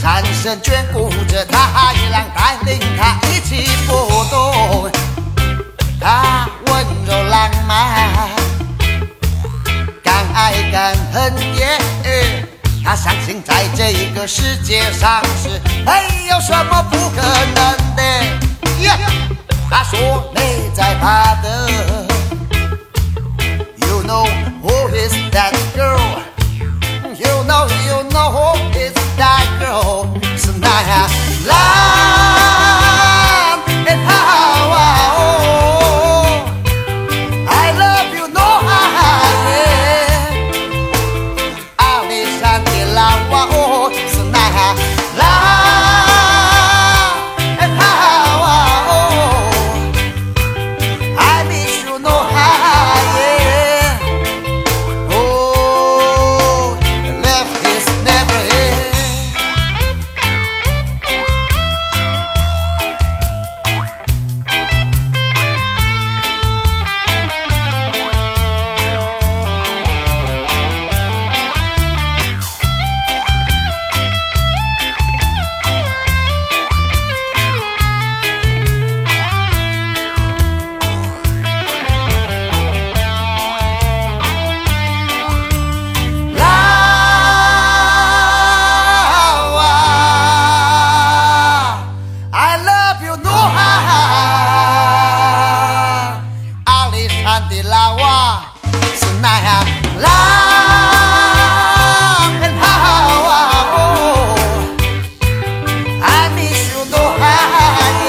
山神眷顾着他，一浪带领他一起波动。他温柔浪漫，敢爱敢恨耶。他相信在这一个世界上是没有什么不可能的。耶他说没在怕的。You know who is that girl? You know, you know who is that girl? Tonight, love and how I love you, no eh. higher. 阿里山的老哇哦，是那哈啦，哎哈哇哦，I miss you no higher。Oh, love is never here. 啦哇，I love you，努哈，阿里山的拉哇，是那样啦，很好啊哦，I miss you，努哈耶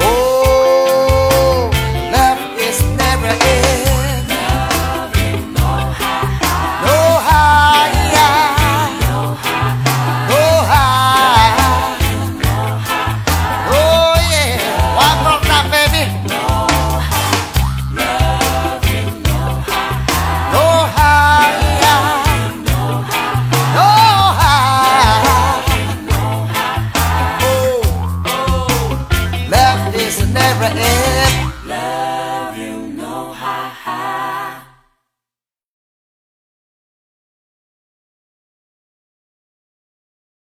，Oh love is never end。No higher, no higher, oh yeah. One more time, baby. No higher, no higher, oh. Love is never end.